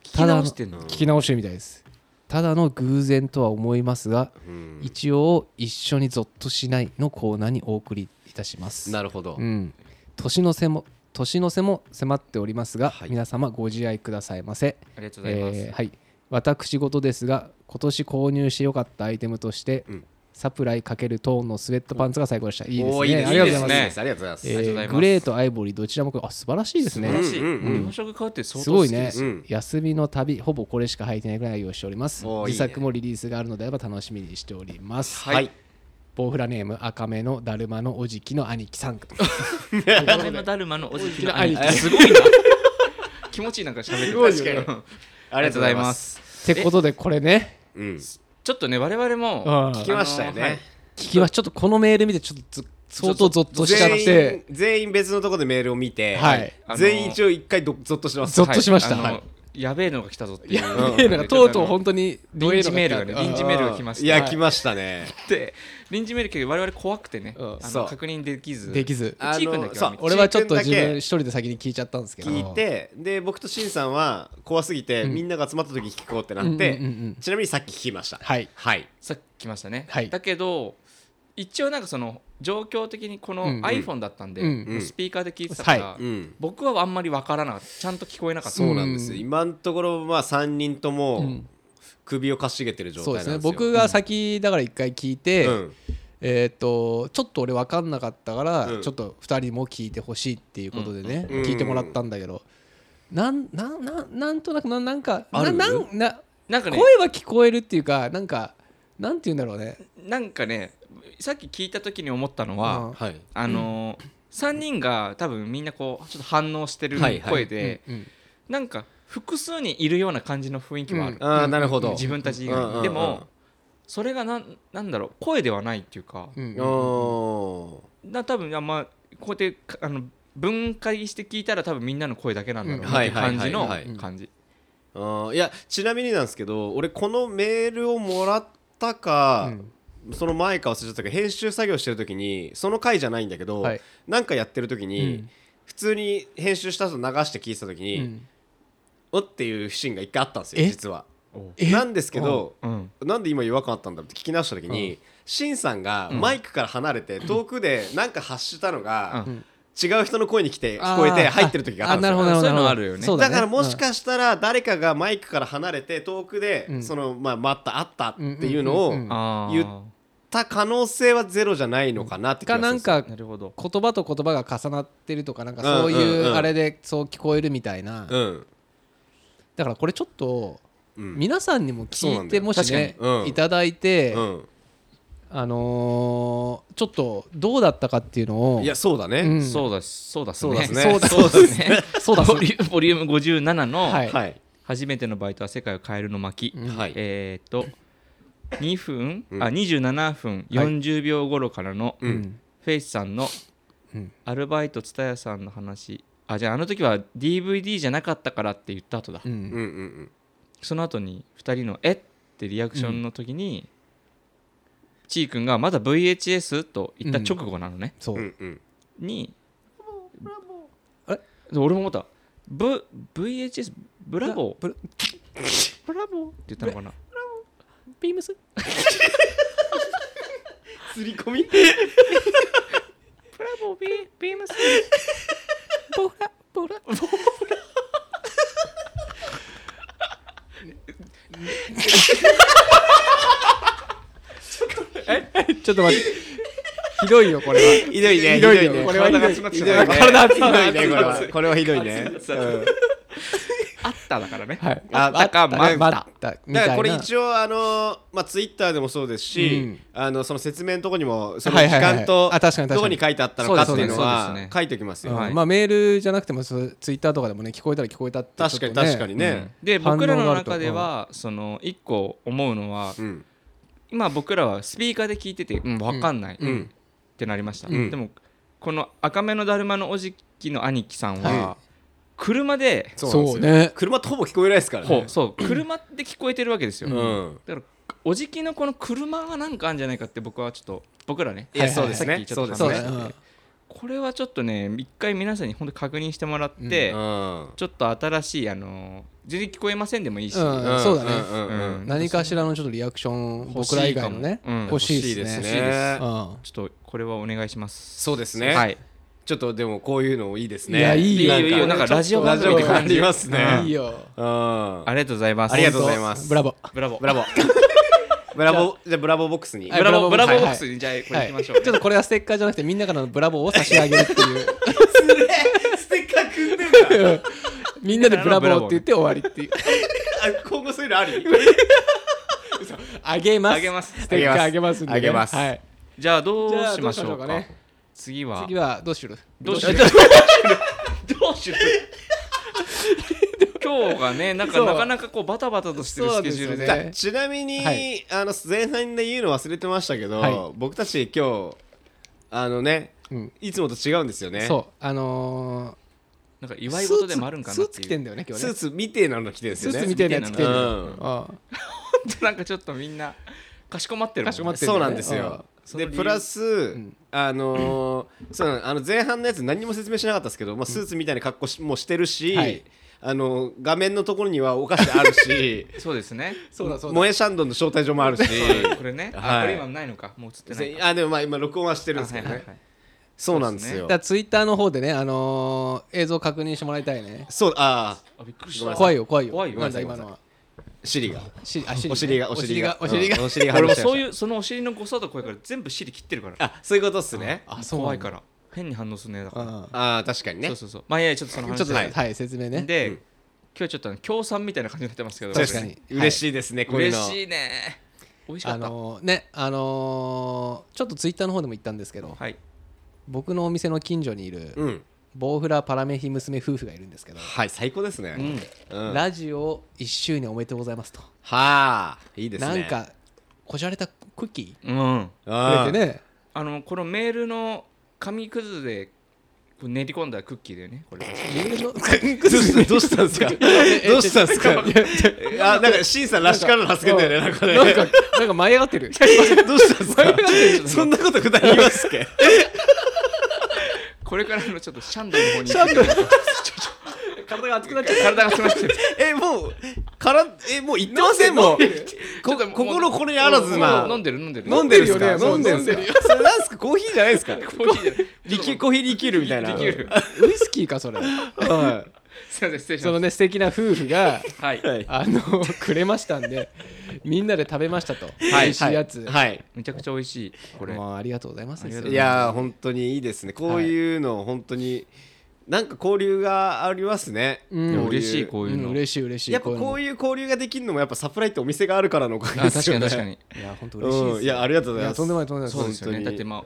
[SPEAKER 3] 聞き直してんの。
[SPEAKER 1] 聞き直してるみたいですただの偶然とは思いますが
[SPEAKER 2] うん
[SPEAKER 1] 一応一緒にゾッとしないのコーナーにお送りいたします
[SPEAKER 2] なるほど、
[SPEAKER 1] うん、年の瀬も年の瀬も迫っておりますが、
[SPEAKER 2] はい
[SPEAKER 1] 皆様ご自愛くださいませ
[SPEAKER 3] ありがとうございます。
[SPEAKER 1] えーはい私事ですが今年購入してよかったアイテムとして、
[SPEAKER 2] うん
[SPEAKER 1] サプライかけるトーンのスウェットパンツが最高でしたいいです
[SPEAKER 2] おー
[SPEAKER 1] ね
[SPEAKER 2] いいで
[SPEAKER 1] ありがと
[SPEAKER 2] すね
[SPEAKER 1] うござい
[SPEAKER 2] いい
[SPEAKER 1] ま
[SPEAKER 2] ですすねありがとうござ
[SPEAKER 1] え
[SPEAKER 2] いま
[SPEAKER 3] ありがとうござい
[SPEAKER 1] ー
[SPEAKER 3] ます
[SPEAKER 1] グレーとアイボリーどちらもあ素晴らしいです
[SPEAKER 3] 素晴ら
[SPEAKER 1] ね
[SPEAKER 3] しい。
[SPEAKER 2] うんうん
[SPEAKER 3] 洋食買うって相
[SPEAKER 1] す
[SPEAKER 3] 当好
[SPEAKER 1] ご
[SPEAKER 3] き
[SPEAKER 1] いね
[SPEAKER 3] で
[SPEAKER 2] ですうん
[SPEAKER 1] 休みの旅ほぼこれしか履いてないぐらい愛用しております
[SPEAKER 2] おーいいね
[SPEAKER 1] 自作もリリースがあるのであれば楽しみにしております
[SPEAKER 2] す
[SPEAKER 3] はい
[SPEAKER 2] はい
[SPEAKER 1] ボウフラネーム赤目のだるまのおじきの兄貴さん
[SPEAKER 3] ダルマのダルマのおじきの兄
[SPEAKER 1] お
[SPEAKER 3] 貴。
[SPEAKER 1] じ
[SPEAKER 3] すごいな。 <laughs> 気持ちいいなんか喋ってる。
[SPEAKER 2] すごいよね
[SPEAKER 3] 確かに。
[SPEAKER 2] ありがとうございます、
[SPEAKER 3] す。
[SPEAKER 1] ってことでこれね
[SPEAKER 2] うん、
[SPEAKER 3] ちょっとね我々も
[SPEAKER 1] うん
[SPEAKER 2] 聞きましたよ
[SPEAKER 3] あのは
[SPEAKER 2] ね
[SPEAKER 3] い
[SPEAKER 1] 聞きましたちょっとこのメール見てちょっとず相当ゾッとしちゃって
[SPEAKER 2] 全員全員別のところでメールを見て、
[SPEAKER 1] はい
[SPEAKER 2] 全員一応一回どゾッとしてます
[SPEAKER 1] ゾッとしました
[SPEAKER 3] あの
[SPEAKER 1] はい
[SPEAKER 3] やべえのが来たぞっていう
[SPEAKER 2] やべ
[SPEAKER 1] えなんかとうとう本当にどうい
[SPEAKER 3] 臨
[SPEAKER 1] うの
[SPEAKER 3] 時メールがね
[SPEAKER 1] 来たんだ
[SPEAKER 3] 臨時メールが来ました
[SPEAKER 2] いや
[SPEAKER 3] はい
[SPEAKER 2] 来ましたね
[SPEAKER 3] で臨時メール結局我々怖くてね、
[SPEAKER 1] うん
[SPEAKER 3] あ
[SPEAKER 2] そう
[SPEAKER 3] の確認できず
[SPEAKER 1] できず
[SPEAKER 2] あの
[SPEAKER 3] ちーくんだけ
[SPEAKER 2] そう
[SPEAKER 3] は見て
[SPEAKER 1] 俺はちょっと
[SPEAKER 2] ちーく
[SPEAKER 1] 自
[SPEAKER 2] んだけ
[SPEAKER 1] 分一人で先に聞いちゃったんですけど
[SPEAKER 2] 聞いてで僕としんさんは怖すぎて
[SPEAKER 1] うん
[SPEAKER 2] みんなが集まった時聞こうってなって
[SPEAKER 1] うんうんうんうん
[SPEAKER 2] ちなみにさっき聞きました
[SPEAKER 1] はい
[SPEAKER 2] はい
[SPEAKER 3] さっき来ましたね、
[SPEAKER 1] はい
[SPEAKER 3] だけど一応なんかその状況的にこの
[SPEAKER 1] うんうん
[SPEAKER 3] iPhone だったんで、
[SPEAKER 1] うん
[SPEAKER 2] うん
[SPEAKER 3] スピーカーで聞いてたから、
[SPEAKER 1] は
[SPEAKER 2] うん
[SPEAKER 3] 僕はあんまりわからなかったちゃんと聞こえなかった
[SPEAKER 2] そうなんです
[SPEAKER 1] う
[SPEAKER 2] よ
[SPEAKER 1] ん
[SPEAKER 2] 今のところまあ3人と
[SPEAKER 1] う
[SPEAKER 2] も
[SPEAKER 1] ん
[SPEAKER 2] 首をかしげてる状
[SPEAKER 1] そう
[SPEAKER 2] 態
[SPEAKER 1] で
[SPEAKER 2] なんですす
[SPEAKER 1] ね
[SPEAKER 2] よ
[SPEAKER 1] 僕が先だから一回聞いて、
[SPEAKER 2] うん
[SPEAKER 1] えっ、とちょっと俺分かんなかったから、
[SPEAKER 2] うん
[SPEAKER 1] ちょっと2人も聞いてほしいっていうことでね、
[SPEAKER 2] うん
[SPEAKER 1] 聞いてもらったんだけど、なんなんなんなんとなくななんか
[SPEAKER 2] あ
[SPEAKER 1] な
[SPEAKER 2] る
[SPEAKER 1] なんな
[SPEAKER 3] なんかね
[SPEAKER 1] 声は聞こえるっていうかなんかなんて言うんだろうね
[SPEAKER 3] なんかねさっき聞いた時に思ったのは、
[SPEAKER 1] うん
[SPEAKER 2] はい
[SPEAKER 3] あのー3人が多分みんなこうちょっと反応してる
[SPEAKER 2] はいはい
[SPEAKER 3] 声で、
[SPEAKER 1] うん
[SPEAKER 3] なんか複数にいるような感じの雰囲気はある、
[SPEAKER 1] うん
[SPEAKER 2] ああなるほど
[SPEAKER 3] 自分たち以
[SPEAKER 2] うんうんう
[SPEAKER 3] 外
[SPEAKER 2] ん
[SPEAKER 3] にでもそれがなんなんだろう声ではないっていうか
[SPEAKER 1] うん
[SPEAKER 2] お
[SPEAKER 3] な多分あんまこうやってかあの分解して聞いたら多分みんなの声だけなんだろう
[SPEAKER 1] う
[SPEAKER 3] なんっていう感じの
[SPEAKER 2] はいはいはい
[SPEAKER 1] はい
[SPEAKER 3] 感じ
[SPEAKER 2] ーあーいやちなみになんですけど俺このメールをもらったか
[SPEAKER 1] うん
[SPEAKER 2] その前か忘れちゃったけど編集作業してる時にその回じゃないんだけど
[SPEAKER 1] はい
[SPEAKER 2] なんかやってる時に、
[SPEAKER 1] うん
[SPEAKER 2] 普通に編集した後流して聞いてた時に、
[SPEAKER 1] うん
[SPEAKER 2] おっていうシーンが一回あったんですよ
[SPEAKER 1] え
[SPEAKER 2] 実は
[SPEAKER 1] え
[SPEAKER 2] なんですけど、
[SPEAKER 3] うん
[SPEAKER 2] なんで今違和感あったんだろうって聞き直した時に、しんさんがマイクから離
[SPEAKER 1] <clears throat>
[SPEAKER 2] れて遠くでなんか発したのが、
[SPEAKER 3] うん
[SPEAKER 2] 違う人の声に来て聞こえて入ってる時があったんです
[SPEAKER 1] なる
[SPEAKER 2] よ
[SPEAKER 1] ほどなるほど
[SPEAKER 3] そういうのあるよね
[SPEAKER 1] そう
[SPEAKER 2] だ
[SPEAKER 1] ね
[SPEAKER 2] からもしかしたら誰かがマイクから離れて遠くで、
[SPEAKER 1] うん
[SPEAKER 2] そのまあ待ったあったっていうのを
[SPEAKER 1] うんうんうん
[SPEAKER 2] 言っ
[SPEAKER 3] あ
[SPEAKER 2] 言っった可能性はゼロじゃないのかなって気が
[SPEAKER 1] か
[SPEAKER 2] する
[SPEAKER 1] なんん
[SPEAKER 2] ですよ
[SPEAKER 1] か
[SPEAKER 3] あなるほど
[SPEAKER 1] 言葉と言葉が重なってるとかなんかそういうあれでそう聞こえるみたいな、
[SPEAKER 2] うん
[SPEAKER 1] だからこれちょっと
[SPEAKER 2] うん
[SPEAKER 1] 皆さんにも
[SPEAKER 2] そうな
[SPEAKER 1] 聞い
[SPEAKER 2] んだ
[SPEAKER 1] て
[SPEAKER 2] よ
[SPEAKER 1] もしね
[SPEAKER 2] 確かにうん
[SPEAKER 1] いただいて、
[SPEAKER 2] うん
[SPEAKER 1] あのーちょっとどうだったかっていうのを
[SPEAKER 2] いやそうだね、
[SPEAKER 1] うん
[SPEAKER 3] そうだしそうだっす
[SPEAKER 2] そうだっ
[SPEAKER 3] ね
[SPEAKER 2] すね
[SPEAKER 3] そうだ
[SPEAKER 2] そうだっすね
[SPEAKER 3] っすね
[SPEAKER 1] そうだっす
[SPEAKER 3] ボリュボリューム57
[SPEAKER 1] は
[SPEAKER 3] の
[SPEAKER 1] い
[SPEAKER 2] はい
[SPEAKER 3] 「初めてのバイトは世界を変えるの巻」
[SPEAKER 2] はい
[SPEAKER 3] えーっと2分
[SPEAKER 2] うん
[SPEAKER 3] あ27分40秒頃からの
[SPEAKER 2] う
[SPEAKER 1] うんん
[SPEAKER 3] フェイスさんの
[SPEAKER 1] うん
[SPEAKER 3] アルバイト蔦屋さんの話あじゃああの時は DVD じゃなかったからって言った後だ
[SPEAKER 1] う
[SPEAKER 2] <laughs> うんうん
[SPEAKER 1] ん
[SPEAKER 2] うん
[SPEAKER 3] その後に2人の「えっ?」てリアクションの時に、ちーくんがまだ VHS と言った直後なのね、
[SPEAKER 1] そう、
[SPEAKER 2] うんうん
[SPEAKER 3] に
[SPEAKER 1] ブラボー
[SPEAKER 3] で俺も思ったブ VHS ブラボー
[SPEAKER 1] ブラ
[SPEAKER 3] ブラボーって言ったのかな
[SPEAKER 1] ビームス
[SPEAKER 2] 釣り込み
[SPEAKER 3] ブラボービービームス
[SPEAKER 1] ボラボラ <laughs> え <laughs> ちょっと待ってひどいよこれは
[SPEAKER 2] ひどいね
[SPEAKER 1] ひどいよこ
[SPEAKER 2] こ
[SPEAKER 1] れ
[SPEAKER 2] れ
[SPEAKER 1] は
[SPEAKER 2] は
[SPEAKER 1] ひどい
[SPEAKER 2] ひどい
[SPEAKER 1] ひどい体熱くなる
[SPEAKER 2] ね <laughs> これはこれはひどいねうん
[SPEAKER 3] あっただからね、
[SPEAKER 1] はい
[SPEAKER 2] あだからまあ
[SPEAKER 1] 待ったみ
[SPEAKER 2] だか
[SPEAKER 1] た
[SPEAKER 2] ら
[SPEAKER 1] い
[SPEAKER 2] これ
[SPEAKER 1] な
[SPEAKER 2] 一応あのまあツイッターでもそうですし、
[SPEAKER 1] うん
[SPEAKER 2] あのその説明のとこにもその
[SPEAKER 1] はい
[SPEAKER 2] 時
[SPEAKER 1] はいはい
[SPEAKER 2] 間と
[SPEAKER 1] あ確かに確かに
[SPEAKER 2] どこに書いてあったのかっていうの
[SPEAKER 3] そ
[SPEAKER 2] は
[SPEAKER 3] うですそうですそうですね
[SPEAKER 2] 書いておきますよ、
[SPEAKER 3] はい
[SPEAKER 1] まあメールじゃなくてもそうツイッターとかでもね聞こえたら聞こえたって
[SPEAKER 2] 確かに
[SPEAKER 1] ちょっとね
[SPEAKER 2] 確かにね
[SPEAKER 3] で
[SPEAKER 1] 反応
[SPEAKER 3] 僕らの
[SPEAKER 1] があると
[SPEAKER 3] 中ではその1個思うのは、
[SPEAKER 2] うん
[SPEAKER 3] 今僕らはスピーカーで聞いてて、うん、分かんない、
[SPEAKER 2] うん、
[SPEAKER 3] ってなりました、
[SPEAKER 2] うん
[SPEAKER 3] でもこの赤目のだるまのおじきの兄貴さんは、
[SPEAKER 2] は
[SPEAKER 3] 車で
[SPEAKER 2] そ
[SPEAKER 1] そう
[SPEAKER 2] なんですよ
[SPEAKER 1] ね
[SPEAKER 2] 車とほぼ聞こえないですから
[SPEAKER 3] こ
[SPEAKER 2] ね
[SPEAKER 3] うそう車で聞こえてるわけですよ、
[SPEAKER 2] う
[SPEAKER 3] だ
[SPEAKER 2] ん
[SPEAKER 3] からおじきのこの車がなんかあるんじゃないかって僕はちょっと僕らね
[SPEAKER 2] いや
[SPEAKER 1] はいはい
[SPEAKER 2] そうです
[SPEAKER 3] さっ
[SPEAKER 2] ね
[SPEAKER 3] きちょっと
[SPEAKER 1] そう
[SPEAKER 2] そう
[SPEAKER 1] だ
[SPEAKER 2] です
[SPEAKER 3] 話し
[SPEAKER 1] ね
[SPEAKER 2] ね
[SPEAKER 3] てて、これはちょっとね一回皆さんに本当確認してもらって、
[SPEAKER 2] うん
[SPEAKER 3] ちょっと新しいあの全然聞こえませんでもいいし、
[SPEAKER 1] うん
[SPEAKER 2] ん
[SPEAKER 1] そうだね
[SPEAKER 2] んうんうん
[SPEAKER 3] うん
[SPEAKER 1] 何かしらのちょっとリアクション僕ら以外のね
[SPEAKER 3] 欲しいかもうん
[SPEAKER 1] 欲しいです
[SPEAKER 2] 欲し
[SPEAKER 1] ね
[SPEAKER 2] いですね
[SPEAKER 1] うん
[SPEAKER 3] ちょっとこれはお願いします
[SPEAKER 2] そうですね
[SPEAKER 3] はい
[SPEAKER 2] ちょっとでもこういうのいいですね
[SPEAKER 1] いやいいよ
[SPEAKER 2] なんか
[SPEAKER 1] いいよいいよ
[SPEAKER 3] なんかラジオ
[SPEAKER 2] ラ
[SPEAKER 3] 番
[SPEAKER 2] ジ
[SPEAKER 3] 組
[SPEAKER 2] オ
[SPEAKER 3] って感
[SPEAKER 2] 感
[SPEAKER 3] じ
[SPEAKER 2] じます
[SPEAKER 1] いい
[SPEAKER 2] ね
[SPEAKER 1] よ
[SPEAKER 2] うん
[SPEAKER 3] ありがとうございます
[SPEAKER 2] ありがとうございます
[SPEAKER 1] ブラボー
[SPEAKER 3] ブラボー
[SPEAKER 2] ブラボー <laughs> ブラボーじゃあブラボーボックスに
[SPEAKER 1] はい
[SPEAKER 3] ブラボー
[SPEAKER 1] ブ
[SPEAKER 3] ブ
[SPEAKER 1] ラ
[SPEAKER 3] ラ
[SPEAKER 1] ボ
[SPEAKER 3] ボ
[SPEAKER 1] ー
[SPEAKER 3] ー
[SPEAKER 1] ボ
[SPEAKER 3] ボ
[SPEAKER 1] ッ
[SPEAKER 3] ッ
[SPEAKER 1] ク
[SPEAKER 3] ク
[SPEAKER 1] ス
[SPEAKER 3] スにじゃあこれ
[SPEAKER 1] はい
[SPEAKER 3] 行き
[SPEAKER 1] ち
[SPEAKER 3] ましょ
[SPEAKER 1] ょ
[SPEAKER 3] う、
[SPEAKER 1] っとこれはステッカーじゃなくてみんなからのブラボーを差し上げるっていう
[SPEAKER 2] <laughs> ステッカー組んでる
[SPEAKER 1] みんなでブラボーって言って終わりっていう
[SPEAKER 2] あ今後そういうのあり
[SPEAKER 1] あげます
[SPEAKER 3] あげます
[SPEAKER 1] ステッカーあげますんでね
[SPEAKER 2] あげます
[SPEAKER 1] はい
[SPEAKER 3] じゃあどう
[SPEAKER 1] じゃあ
[SPEAKER 3] しましょ
[SPEAKER 1] ど
[SPEAKER 3] うか
[SPEAKER 1] うしましょうかね
[SPEAKER 3] 次は
[SPEAKER 1] 次はどうしろ
[SPEAKER 3] どうしようどうしよう今日がねなんか
[SPEAKER 1] そう
[SPEAKER 3] なかなかこうバタバタとしてるスケジュールで
[SPEAKER 1] そうですよね
[SPEAKER 2] ちなみに、
[SPEAKER 1] はい
[SPEAKER 2] あの前半で言うの忘れてましたけど、
[SPEAKER 1] はい
[SPEAKER 2] 僕たち今日あのね
[SPEAKER 1] うん
[SPEAKER 2] いつもと違うんですよね
[SPEAKER 1] そうあのー
[SPEAKER 3] なんか祝い事でもあるんか
[SPEAKER 1] ス
[SPEAKER 3] な
[SPEAKER 1] ー
[SPEAKER 3] っ
[SPEAKER 1] ツスーツ着
[SPEAKER 3] ていう
[SPEAKER 1] てんだよね今日
[SPEAKER 2] ス
[SPEAKER 1] ね
[SPEAKER 2] ーツみてえなの着てるんです
[SPEAKER 1] ス
[SPEAKER 2] よね
[SPEAKER 1] ーツみたいなやつ着てる
[SPEAKER 2] うん
[SPEAKER 1] ああ
[SPEAKER 3] なんかちょっとみんなかしこまってるもんね
[SPEAKER 1] かしこまってる
[SPEAKER 2] そうなんです
[SPEAKER 1] ああ
[SPEAKER 2] よ
[SPEAKER 3] その
[SPEAKER 2] で
[SPEAKER 3] 理由
[SPEAKER 2] プラス、
[SPEAKER 1] ん
[SPEAKER 2] あのーそうなのあの前半のやつ何にも説明しなかったですけど、まあ、スーツみたいな格好しもしてるし、
[SPEAKER 1] はい
[SPEAKER 2] あのー画面のところにはお菓子あるし
[SPEAKER 3] そうですね
[SPEAKER 1] そうだそうだ
[SPEAKER 2] 萌えシャンドンの招待状もあるし
[SPEAKER 3] これね、
[SPEAKER 2] はい
[SPEAKER 3] あこれ今ないのかもう映ってないか
[SPEAKER 2] あでもまあ今録音はしてるんです
[SPEAKER 3] あは
[SPEAKER 2] けど
[SPEAKER 3] いは
[SPEAKER 2] ね、
[SPEAKER 3] いはい
[SPEAKER 2] そうなんです
[SPEAKER 1] だ
[SPEAKER 2] よ
[SPEAKER 1] からツイッターの方でね、あのー映像確認してもらいたいね。
[SPEAKER 2] そうああ
[SPEAKER 3] あびっ
[SPEAKER 2] ご
[SPEAKER 3] くり
[SPEAKER 2] めん
[SPEAKER 3] し
[SPEAKER 2] な
[SPEAKER 3] た
[SPEAKER 2] さ
[SPEAKER 1] 怖いよ、怖いよ。
[SPEAKER 3] 怖いよ
[SPEAKER 1] なんだ今のは。
[SPEAKER 2] シリが
[SPEAKER 1] しあ尻
[SPEAKER 2] お尻がお尻が
[SPEAKER 1] お尻が。お尻が
[SPEAKER 2] うんお尻が
[SPEAKER 3] 俺もそう
[SPEAKER 2] う
[SPEAKER 3] いうそのお尻の誤差と声から全部尻切ってるから
[SPEAKER 2] あそういうことっすね
[SPEAKER 1] あ、そう
[SPEAKER 3] 怖
[SPEAKER 1] ないんだ
[SPEAKER 3] から変に反応するねだから、
[SPEAKER 1] うん
[SPEAKER 2] ああ確かにね
[SPEAKER 3] そうそうそうまあいやいやちょっとその話
[SPEAKER 1] ちょっと
[SPEAKER 3] は
[SPEAKER 1] ね
[SPEAKER 3] い
[SPEAKER 1] はい、説明ね。
[SPEAKER 3] で、
[SPEAKER 2] うん
[SPEAKER 3] 今日ちょっとね協賛みたいな感じになってますけど
[SPEAKER 1] 確かに
[SPEAKER 2] 嬉しいですね、こういうの
[SPEAKER 3] 嬉しいね美味しか
[SPEAKER 1] あ
[SPEAKER 3] った、
[SPEAKER 1] のーね、あのーちょっとツイッターの方でも言ったんですけど、
[SPEAKER 3] はい
[SPEAKER 1] 僕のお店の近所にいる、
[SPEAKER 2] うん
[SPEAKER 1] ボウフラパラメヒ娘夫婦がいるんですけど、
[SPEAKER 2] はい最高ですね、うんは
[SPEAKER 1] ラジオ1周年おめでとうございますと。
[SPEAKER 2] あいいですね
[SPEAKER 1] なんか、こじゃれたクッキ
[SPEAKER 3] うん、うん、
[SPEAKER 1] ー
[SPEAKER 2] あ
[SPEAKER 1] くれてね、
[SPEAKER 3] あのこのメールの紙くずでこう練り込んだクッキーだよねこれ
[SPEAKER 1] メールの <laughs>
[SPEAKER 2] どうしたどうしたんですかどうしたんですかあなんかシンさんらしからぬ発言だよねなんかね
[SPEAKER 1] なんか、なんか舞い上がってる。
[SPEAKER 2] どうしたんです
[SPEAKER 1] 舞い上がってる
[SPEAKER 2] かそんなこと普段言いますっけ
[SPEAKER 3] これからのちょっとシャンドンの方に
[SPEAKER 1] シャンドン
[SPEAKER 3] ちょちょ
[SPEAKER 1] 体が熱くなっちゃう。
[SPEAKER 3] 体が詰まってる
[SPEAKER 2] えもうからえもう言ってませんもうこ
[SPEAKER 3] ちょっともう
[SPEAKER 2] 心これにあらずな
[SPEAKER 3] 飲んでる飲んでる
[SPEAKER 2] 飲んでるんです
[SPEAKER 1] 飲んでるよね
[SPEAKER 2] かそう
[SPEAKER 1] 飲んでる
[SPEAKER 2] そうそれなんですかコーヒーじゃないですか
[SPEAKER 3] コーヒーじゃない
[SPEAKER 2] リキコーヒーリキュールみたいな
[SPEAKER 3] リキュール
[SPEAKER 1] ウイスキーか、それ。
[SPEAKER 2] は
[SPEAKER 3] すいません失礼し
[SPEAKER 1] そ
[SPEAKER 3] ま
[SPEAKER 1] のね、素敵な夫婦が、
[SPEAKER 3] すはい
[SPEAKER 2] いはい
[SPEAKER 1] あのくれましたんでみんなで食べましたと、美味しいやつ、
[SPEAKER 2] はい
[SPEAKER 3] めちゃくちゃ美味しいこれ
[SPEAKER 1] もうありがとうございますですよ
[SPEAKER 3] ありがとうござます
[SPEAKER 2] いやー本当にいいですねこういうの本当になんか交流がありますね
[SPEAKER 1] うん
[SPEAKER 2] こうう
[SPEAKER 3] 嬉しいこういう
[SPEAKER 1] うん
[SPEAKER 3] の
[SPEAKER 1] 嬉しい嬉しい
[SPEAKER 2] やっぱこう
[SPEAKER 1] いう
[SPEAKER 2] いう交流ができるのもやっぱサプライってお店があるからのおかげ
[SPEAKER 3] あ
[SPEAKER 2] です
[SPEAKER 3] 確か
[SPEAKER 2] よ
[SPEAKER 3] に
[SPEAKER 2] ね
[SPEAKER 3] 確
[SPEAKER 1] の
[SPEAKER 2] <laughs>
[SPEAKER 3] かに
[SPEAKER 1] いや本当嬉しいです
[SPEAKER 2] うんいやありがとうございます
[SPEAKER 1] とんでもないとんでもない
[SPEAKER 3] そうです
[SPEAKER 2] 本当
[SPEAKER 3] よね
[SPEAKER 2] に
[SPEAKER 3] だってまあ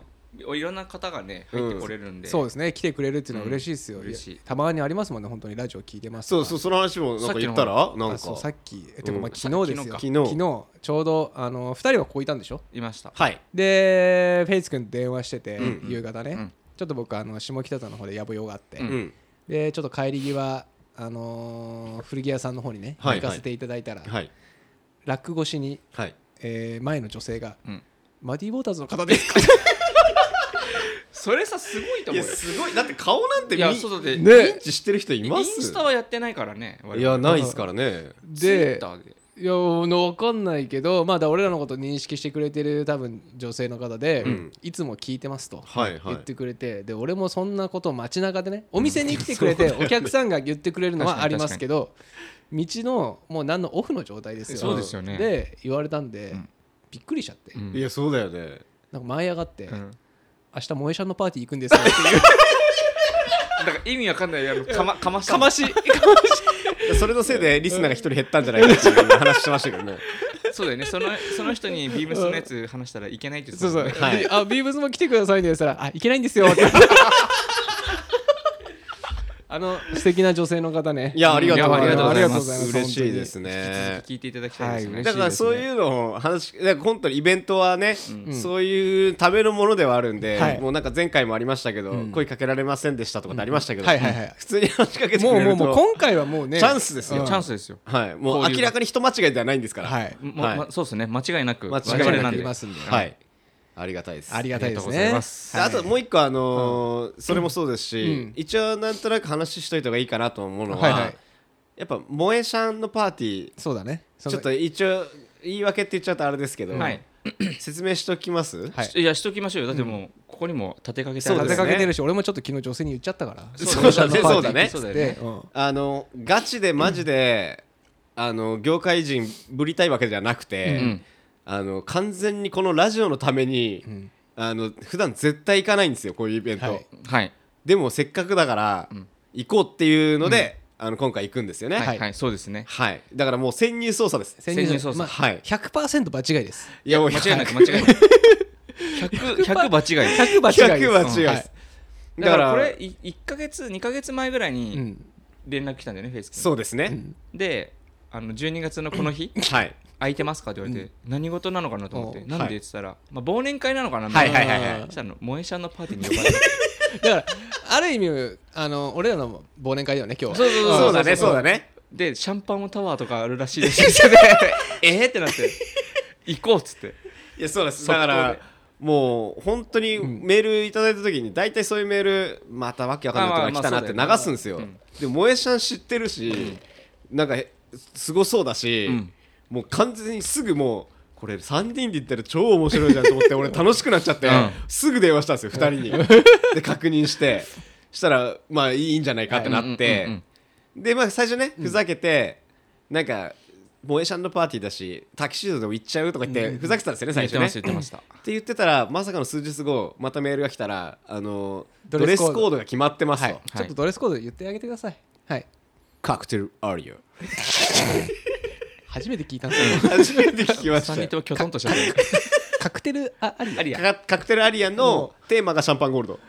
[SPEAKER 3] いろんな方がね入ってこれるんで
[SPEAKER 1] そうですね来てくれるっていうのは嬉しいですよ、
[SPEAKER 3] うん嬉しい
[SPEAKER 1] いやたまにありますもんね本当にラジオ聞いてます
[SPEAKER 2] そうそうその話もなんか言ったらなん
[SPEAKER 1] あ
[SPEAKER 2] か
[SPEAKER 1] そうさっきえてか
[SPEAKER 2] うん
[SPEAKER 1] まあ昨日ですよ
[SPEAKER 3] さっ
[SPEAKER 2] きの
[SPEAKER 1] 昨日ちょうどあの2人はここいたんでしょ
[SPEAKER 3] いました
[SPEAKER 2] はい
[SPEAKER 1] でフェイス君と電話してて、
[SPEAKER 2] うん
[SPEAKER 1] 夕方ね、
[SPEAKER 3] うん
[SPEAKER 1] ちょっと僕あの下北沢の方でやぼ用があって、
[SPEAKER 3] う
[SPEAKER 2] うん
[SPEAKER 1] でちょっと帰り際あのー古着屋さんの方にね、
[SPEAKER 2] はい
[SPEAKER 1] 行かせていただいたら、
[SPEAKER 2] はい
[SPEAKER 1] ラック越しに、
[SPEAKER 2] はい
[SPEAKER 1] えー前の女性が、
[SPEAKER 3] うん
[SPEAKER 1] マディ・ウォーターズの方ですか
[SPEAKER 3] それさすごいと
[SPEAKER 2] い
[SPEAKER 3] 思
[SPEAKER 2] や
[SPEAKER 3] うよ
[SPEAKER 2] すごいだって顔なんて
[SPEAKER 3] い
[SPEAKER 2] み
[SPEAKER 3] やそうだって
[SPEAKER 1] ね
[SPEAKER 2] 認知してる人い
[SPEAKER 3] イ
[SPEAKER 2] ま
[SPEAKER 3] ン
[SPEAKER 2] す
[SPEAKER 3] スタはやってないからね
[SPEAKER 2] いやないですからね
[SPEAKER 1] で
[SPEAKER 3] Twitter で
[SPEAKER 1] いや分かんないけどまあだから俺らのこと認識してくれてる多分女性の方で、
[SPEAKER 2] うん
[SPEAKER 1] いつも聞いてますと
[SPEAKER 2] はいはい
[SPEAKER 1] 言ってくれて、で俺もそんなこと街中でねお店に来てくれて、お客さんが言ってくれるのはありますけど道のもう何のオフの状態ですよ
[SPEAKER 3] そうですよね
[SPEAKER 1] で言われたんで、
[SPEAKER 3] うん
[SPEAKER 1] びっくりしちゃって、
[SPEAKER 3] うん
[SPEAKER 2] いやそうだよね
[SPEAKER 1] なんか舞い上がって、
[SPEAKER 3] うん
[SPEAKER 1] 明日萌えちゃんのパーティー行くん
[SPEAKER 2] <laughs>
[SPEAKER 1] ですよっていう
[SPEAKER 3] だから意味わかんないやろかまかました <laughs>
[SPEAKER 1] かまし
[SPEAKER 2] それのせいでリスナーが一人減ったんじゃないかっていう話してましたけどね
[SPEAKER 3] そうだよねそのその人にビームスのやつ話したらいけないって言って
[SPEAKER 1] そう
[SPEAKER 3] た
[SPEAKER 1] そ
[SPEAKER 3] も
[SPEAKER 1] う、
[SPEAKER 3] んね
[SPEAKER 2] はい
[SPEAKER 1] あビームスも来てくださいねって言ったらあいけないんですよ
[SPEAKER 2] <laughs>
[SPEAKER 1] ってあの素敵な女性の方ね
[SPEAKER 2] いやありがとう
[SPEAKER 3] いやありがとうございます
[SPEAKER 2] 嬉しいですね
[SPEAKER 3] 引き続き聞いていただきたいです
[SPEAKER 1] はい
[SPEAKER 3] ね
[SPEAKER 2] だからそういうのを話しだから本当にイベントはね、そういうためのものではあるんで、
[SPEAKER 1] はい
[SPEAKER 2] もうなんか前回もありましたけど、声かけられませんでしたとかってありましたけど、
[SPEAKER 1] うんはいはいはい
[SPEAKER 2] 普通に話しかけてく
[SPEAKER 1] もう
[SPEAKER 2] れ
[SPEAKER 1] もう
[SPEAKER 2] ると
[SPEAKER 1] もう今回はもうね
[SPEAKER 2] チャンスです
[SPEAKER 3] い
[SPEAKER 2] よ、
[SPEAKER 3] やチャンスですよ
[SPEAKER 2] はい、もう
[SPEAKER 3] 交流
[SPEAKER 2] 明
[SPEAKER 3] が
[SPEAKER 2] らかに人間違いではないんですから、
[SPEAKER 1] はい
[SPEAKER 3] も
[SPEAKER 2] はい
[SPEAKER 3] まそうですね間違いなく
[SPEAKER 2] 間違いなく
[SPEAKER 3] 我々なん
[SPEAKER 1] い
[SPEAKER 3] で
[SPEAKER 1] ますんで、
[SPEAKER 2] はい、ありがたいです
[SPEAKER 1] ありがたいです
[SPEAKER 3] ありがとうござ
[SPEAKER 1] ね
[SPEAKER 3] います
[SPEAKER 2] あともう一個あのーそれもそうですし、
[SPEAKER 1] うん
[SPEAKER 2] 一応なんとなく話しといた方がいいかなと思うのは、
[SPEAKER 1] はいはい
[SPEAKER 2] やっぱ萌えシャンのパーティー
[SPEAKER 1] そうだねそ
[SPEAKER 2] ちょ
[SPEAKER 1] の
[SPEAKER 2] っと一応言い訳って言っちゃうとあれですけど、
[SPEAKER 3] はい
[SPEAKER 2] 説明しときます、
[SPEAKER 1] はい
[SPEAKER 3] いやしときましょうよだってもうここにも立てかけてある
[SPEAKER 1] 立
[SPEAKER 2] そう
[SPEAKER 1] て
[SPEAKER 2] ですね
[SPEAKER 1] かけてるし俺もちょっと昨日女性に言っちゃったから
[SPEAKER 2] そうだねそうだね
[SPEAKER 3] そうだよ
[SPEAKER 1] で
[SPEAKER 3] ね
[SPEAKER 1] うん
[SPEAKER 2] あのガチでマジで、あの業界人ぶりたいわけじゃなくて、
[SPEAKER 3] うん
[SPEAKER 2] あの完全にこのラジオのために、あの普段絶対行かないんですよこういうイベント、
[SPEAKER 1] はい
[SPEAKER 3] はい
[SPEAKER 2] でもせっかくだから、行こうっていうので、あの今回行くんですよね
[SPEAKER 3] は
[SPEAKER 2] はいい、
[SPEAKER 3] はいそうですね
[SPEAKER 2] だからもう潜入捜査です
[SPEAKER 1] 潜
[SPEAKER 3] 入捜査
[SPEAKER 1] まあ
[SPEAKER 2] はい
[SPEAKER 1] 100%場違いです
[SPEAKER 2] いやもう
[SPEAKER 3] 間違いなく間違いなく
[SPEAKER 2] <laughs>
[SPEAKER 3] 100 100場違いです
[SPEAKER 1] 100場違いです
[SPEAKER 2] 100は違いです、
[SPEAKER 1] うんはい
[SPEAKER 3] だからこれい1か月2か月前ぐらいに
[SPEAKER 1] ん
[SPEAKER 3] 連絡来たんだよねフェイス君
[SPEAKER 2] そうですね、
[SPEAKER 3] であの12月のこの
[SPEAKER 2] <laughs>
[SPEAKER 3] 日
[SPEAKER 2] はい
[SPEAKER 3] 空いてますかって言われて何事なのかなと思って
[SPEAKER 1] お
[SPEAKER 3] なんで
[SPEAKER 2] はい
[SPEAKER 3] って言ったらまあ忘年会なのかなみ
[SPEAKER 2] は
[SPEAKER 3] た
[SPEAKER 2] い
[SPEAKER 3] い
[SPEAKER 2] はいはいはい
[SPEAKER 3] なそしたらあの萌えシャンのパーティーに呼ばれて
[SPEAKER 1] だからある意味あの俺らの忘年会だよね今日は
[SPEAKER 3] そ
[SPEAKER 2] <laughs>
[SPEAKER 3] う
[SPEAKER 2] そうだねそうだ
[SPEAKER 3] ね
[SPEAKER 2] ね
[SPEAKER 3] でシャンパンタワーとかあるらしいですよね
[SPEAKER 2] <laughs>
[SPEAKER 3] えーってなって行こうっつって
[SPEAKER 2] いやそうです
[SPEAKER 3] 速
[SPEAKER 2] だ
[SPEAKER 3] 攻
[SPEAKER 2] か
[SPEAKER 3] で
[SPEAKER 2] らもう本当にメールいただいた時に大体そういうメールまたわけわかんない
[SPEAKER 3] ま
[SPEAKER 2] とか来た
[SPEAKER 3] あまあ
[SPEAKER 2] なって流すんですよ
[SPEAKER 3] そうだよね
[SPEAKER 2] で萌えシャン知ってるしなんかへすごそうだし
[SPEAKER 3] うん
[SPEAKER 2] もう完全にすぐもうこれ3人で言ったら超面白いじゃんと思って
[SPEAKER 3] <laughs>
[SPEAKER 2] 俺楽しくなっちゃって
[SPEAKER 3] うん
[SPEAKER 2] すぐ電話したんですよ2人に
[SPEAKER 3] <laughs>
[SPEAKER 2] で確認してしたらまあいいんじゃないかってなっ
[SPEAKER 3] うんうんうん
[SPEAKER 2] てでまあ最初ねふざけてなんか萌えシャンのパーティーだしタキシードでも行っちゃうとか言ってふざけてたんですよね
[SPEAKER 3] 言
[SPEAKER 2] 最
[SPEAKER 3] っ
[SPEAKER 2] 初
[SPEAKER 3] て
[SPEAKER 2] ね
[SPEAKER 3] ました言ってました
[SPEAKER 2] って言ってたらまさかの数日後またメールが来たらあの
[SPEAKER 1] ド
[SPEAKER 2] ド
[SPEAKER 1] レ
[SPEAKER 2] レ
[SPEAKER 1] ス
[SPEAKER 2] ス
[SPEAKER 1] コード
[SPEAKER 2] コードが決まってますと、
[SPEAKER 1] はいちょっとドレスコード言ってあげてくださいはい
[SPEAKER 2] カクテルアリオ
[SPEAKER 1] 初めて聞いたんですけど
[SPEAKER 2] 初めて聞きま
[SPEAKER 3] 3人
[SPEAKER 2] し
[SPEAKER 3] と
[SPEAKER 2] た
[SPEAKER 3] もきょとんとしてる
[SPEAKER 1] カクテルああり
[SPEAKER 3] ありや
[SPEAKER 2] カカクテルアリアのテーマがシャンパンゴールド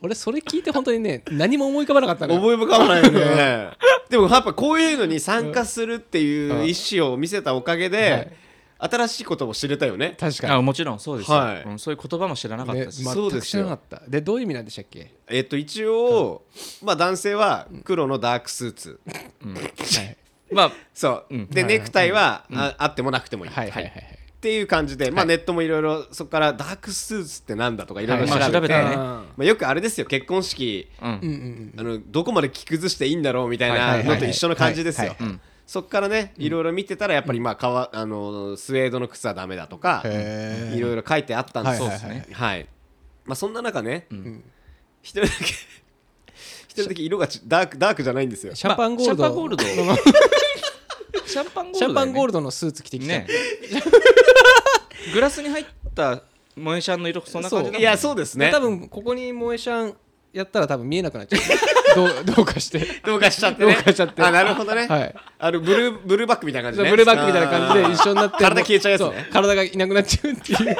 [SPEAKER 1] 俺それ聞いて本当に
[SPEAKER 3] <laughs>
[SPEAKER 1] ね何も思い浮かばなかったのよ
[SPEAKER 2] 覚え深かないよねでもやっぱこういうのに参加するっていう意思を見せたおかげで、新しいことも知れたよね
[SPEAKER 1] 確か
[SPEAKER 3] あ
[SPEAKER 1] に
[SPEAKER 3] もちろんそうですよ、
[SPEAKER 2] はい
[SPEAKER 3] うんそういう言葉も知らなかっ
[SPEAKER 1] ね
[SPEAKER 3] たし、
[SPEAKER 2] そ
[SPEAKER 1] 全
[SPEAKER 2] うで
[SPEAKER 1] く
[SPEAKER 2] す
[SPEAKER 1] 知ら
[SPEAKER 2] よ
[SPEAKER 1] なかったでどういう意味なんでしたっけ
[SPEAKER 2] えっと一応、まあ男性は黒のダークスーツ、
[SPEAKER 1] はい
[SPEAKER 3] まあ
[SPEAKER 2] そう、
[SPEAKER 3] うん
[SPEAKER 2] で、
[SPEAKER 1] はい
[SPEAKER 2] ネクタイは、ああってもなくてもいい、
[SPEAKER 1] はいはいはいはい
[SPEAKER 2] っていう感じで、まあ、ネットもいろいろそこからダークスーツってなんだとかいろいろ調べて,、
[SPEAKER 3] はいまあ調べたね
[SPEAKER 2] まあ、よくあれですよ結婚式
[SPEAKER 3] うん、
[SPEAKER 1] うんうんうん
[SPEAKER 2] あのどこまで着崩していいんだろうみたい
[SPEAKER 1] はいはいは
[SPEAKER 2] ない
[SPEAKER 1] はい
[SPEAKER 2] のと一緒の感じですよ
[SPEAKER 1] はいはい
[SPEAKER 3] はいうん
[SPEAKER 2] そっからねいろいろ見てたらやっぱりまあかわあのスウェードの靴はダメだとか
[SPEAKER 1] へー
[SPEAKER 2] いろいろ書いてあったんですよ
[SPEAKER 1] はいはい
[SPEAKER 3] はいはい
[SPEAKER 2] はいまあ、そんな中ね
[SPEAKER 1] ん
[SPEAKER 2] 一人だけ一人だけ色がちダークダークじゃないんですよ
[SPEAKER 1] シャンパンゴールド、
[SPEAKER 3] まあシャンパンゴールドシャンパンゴールドだよね、
[SPEAKER 1] <laughs> シャンパンゴールドのスーツ着てきた、
[SPEAKER 3] ねグラスに入った萌えシャンの色そんな感じだもんね
[SPEAKER 2] いやそうですね
[SPEAKER 1] 多分ここに萌えシャンやったら多分見えなくなっちゃうどうどうかして
[SPEAKER 2] どうかしちゃってね
[SPEAKER 1] どうかしちゃって
[SPEAKER 2] あなるほどね、
[SPEAKER 1] はい
[SPEAKER 2] あのブルーブルーバックみたいな感じ
[SPEAKER 1] ブ
[SPEAKER 2] ね
[SPEAKER 1] ルーバックみたいな感じで一緒になって
[SPEAKER 2] あー体消えちゃうやつね
[SPEAKER 1] そ体がいなくなっちゃうっていう
[SPEAKER 2] <laughs>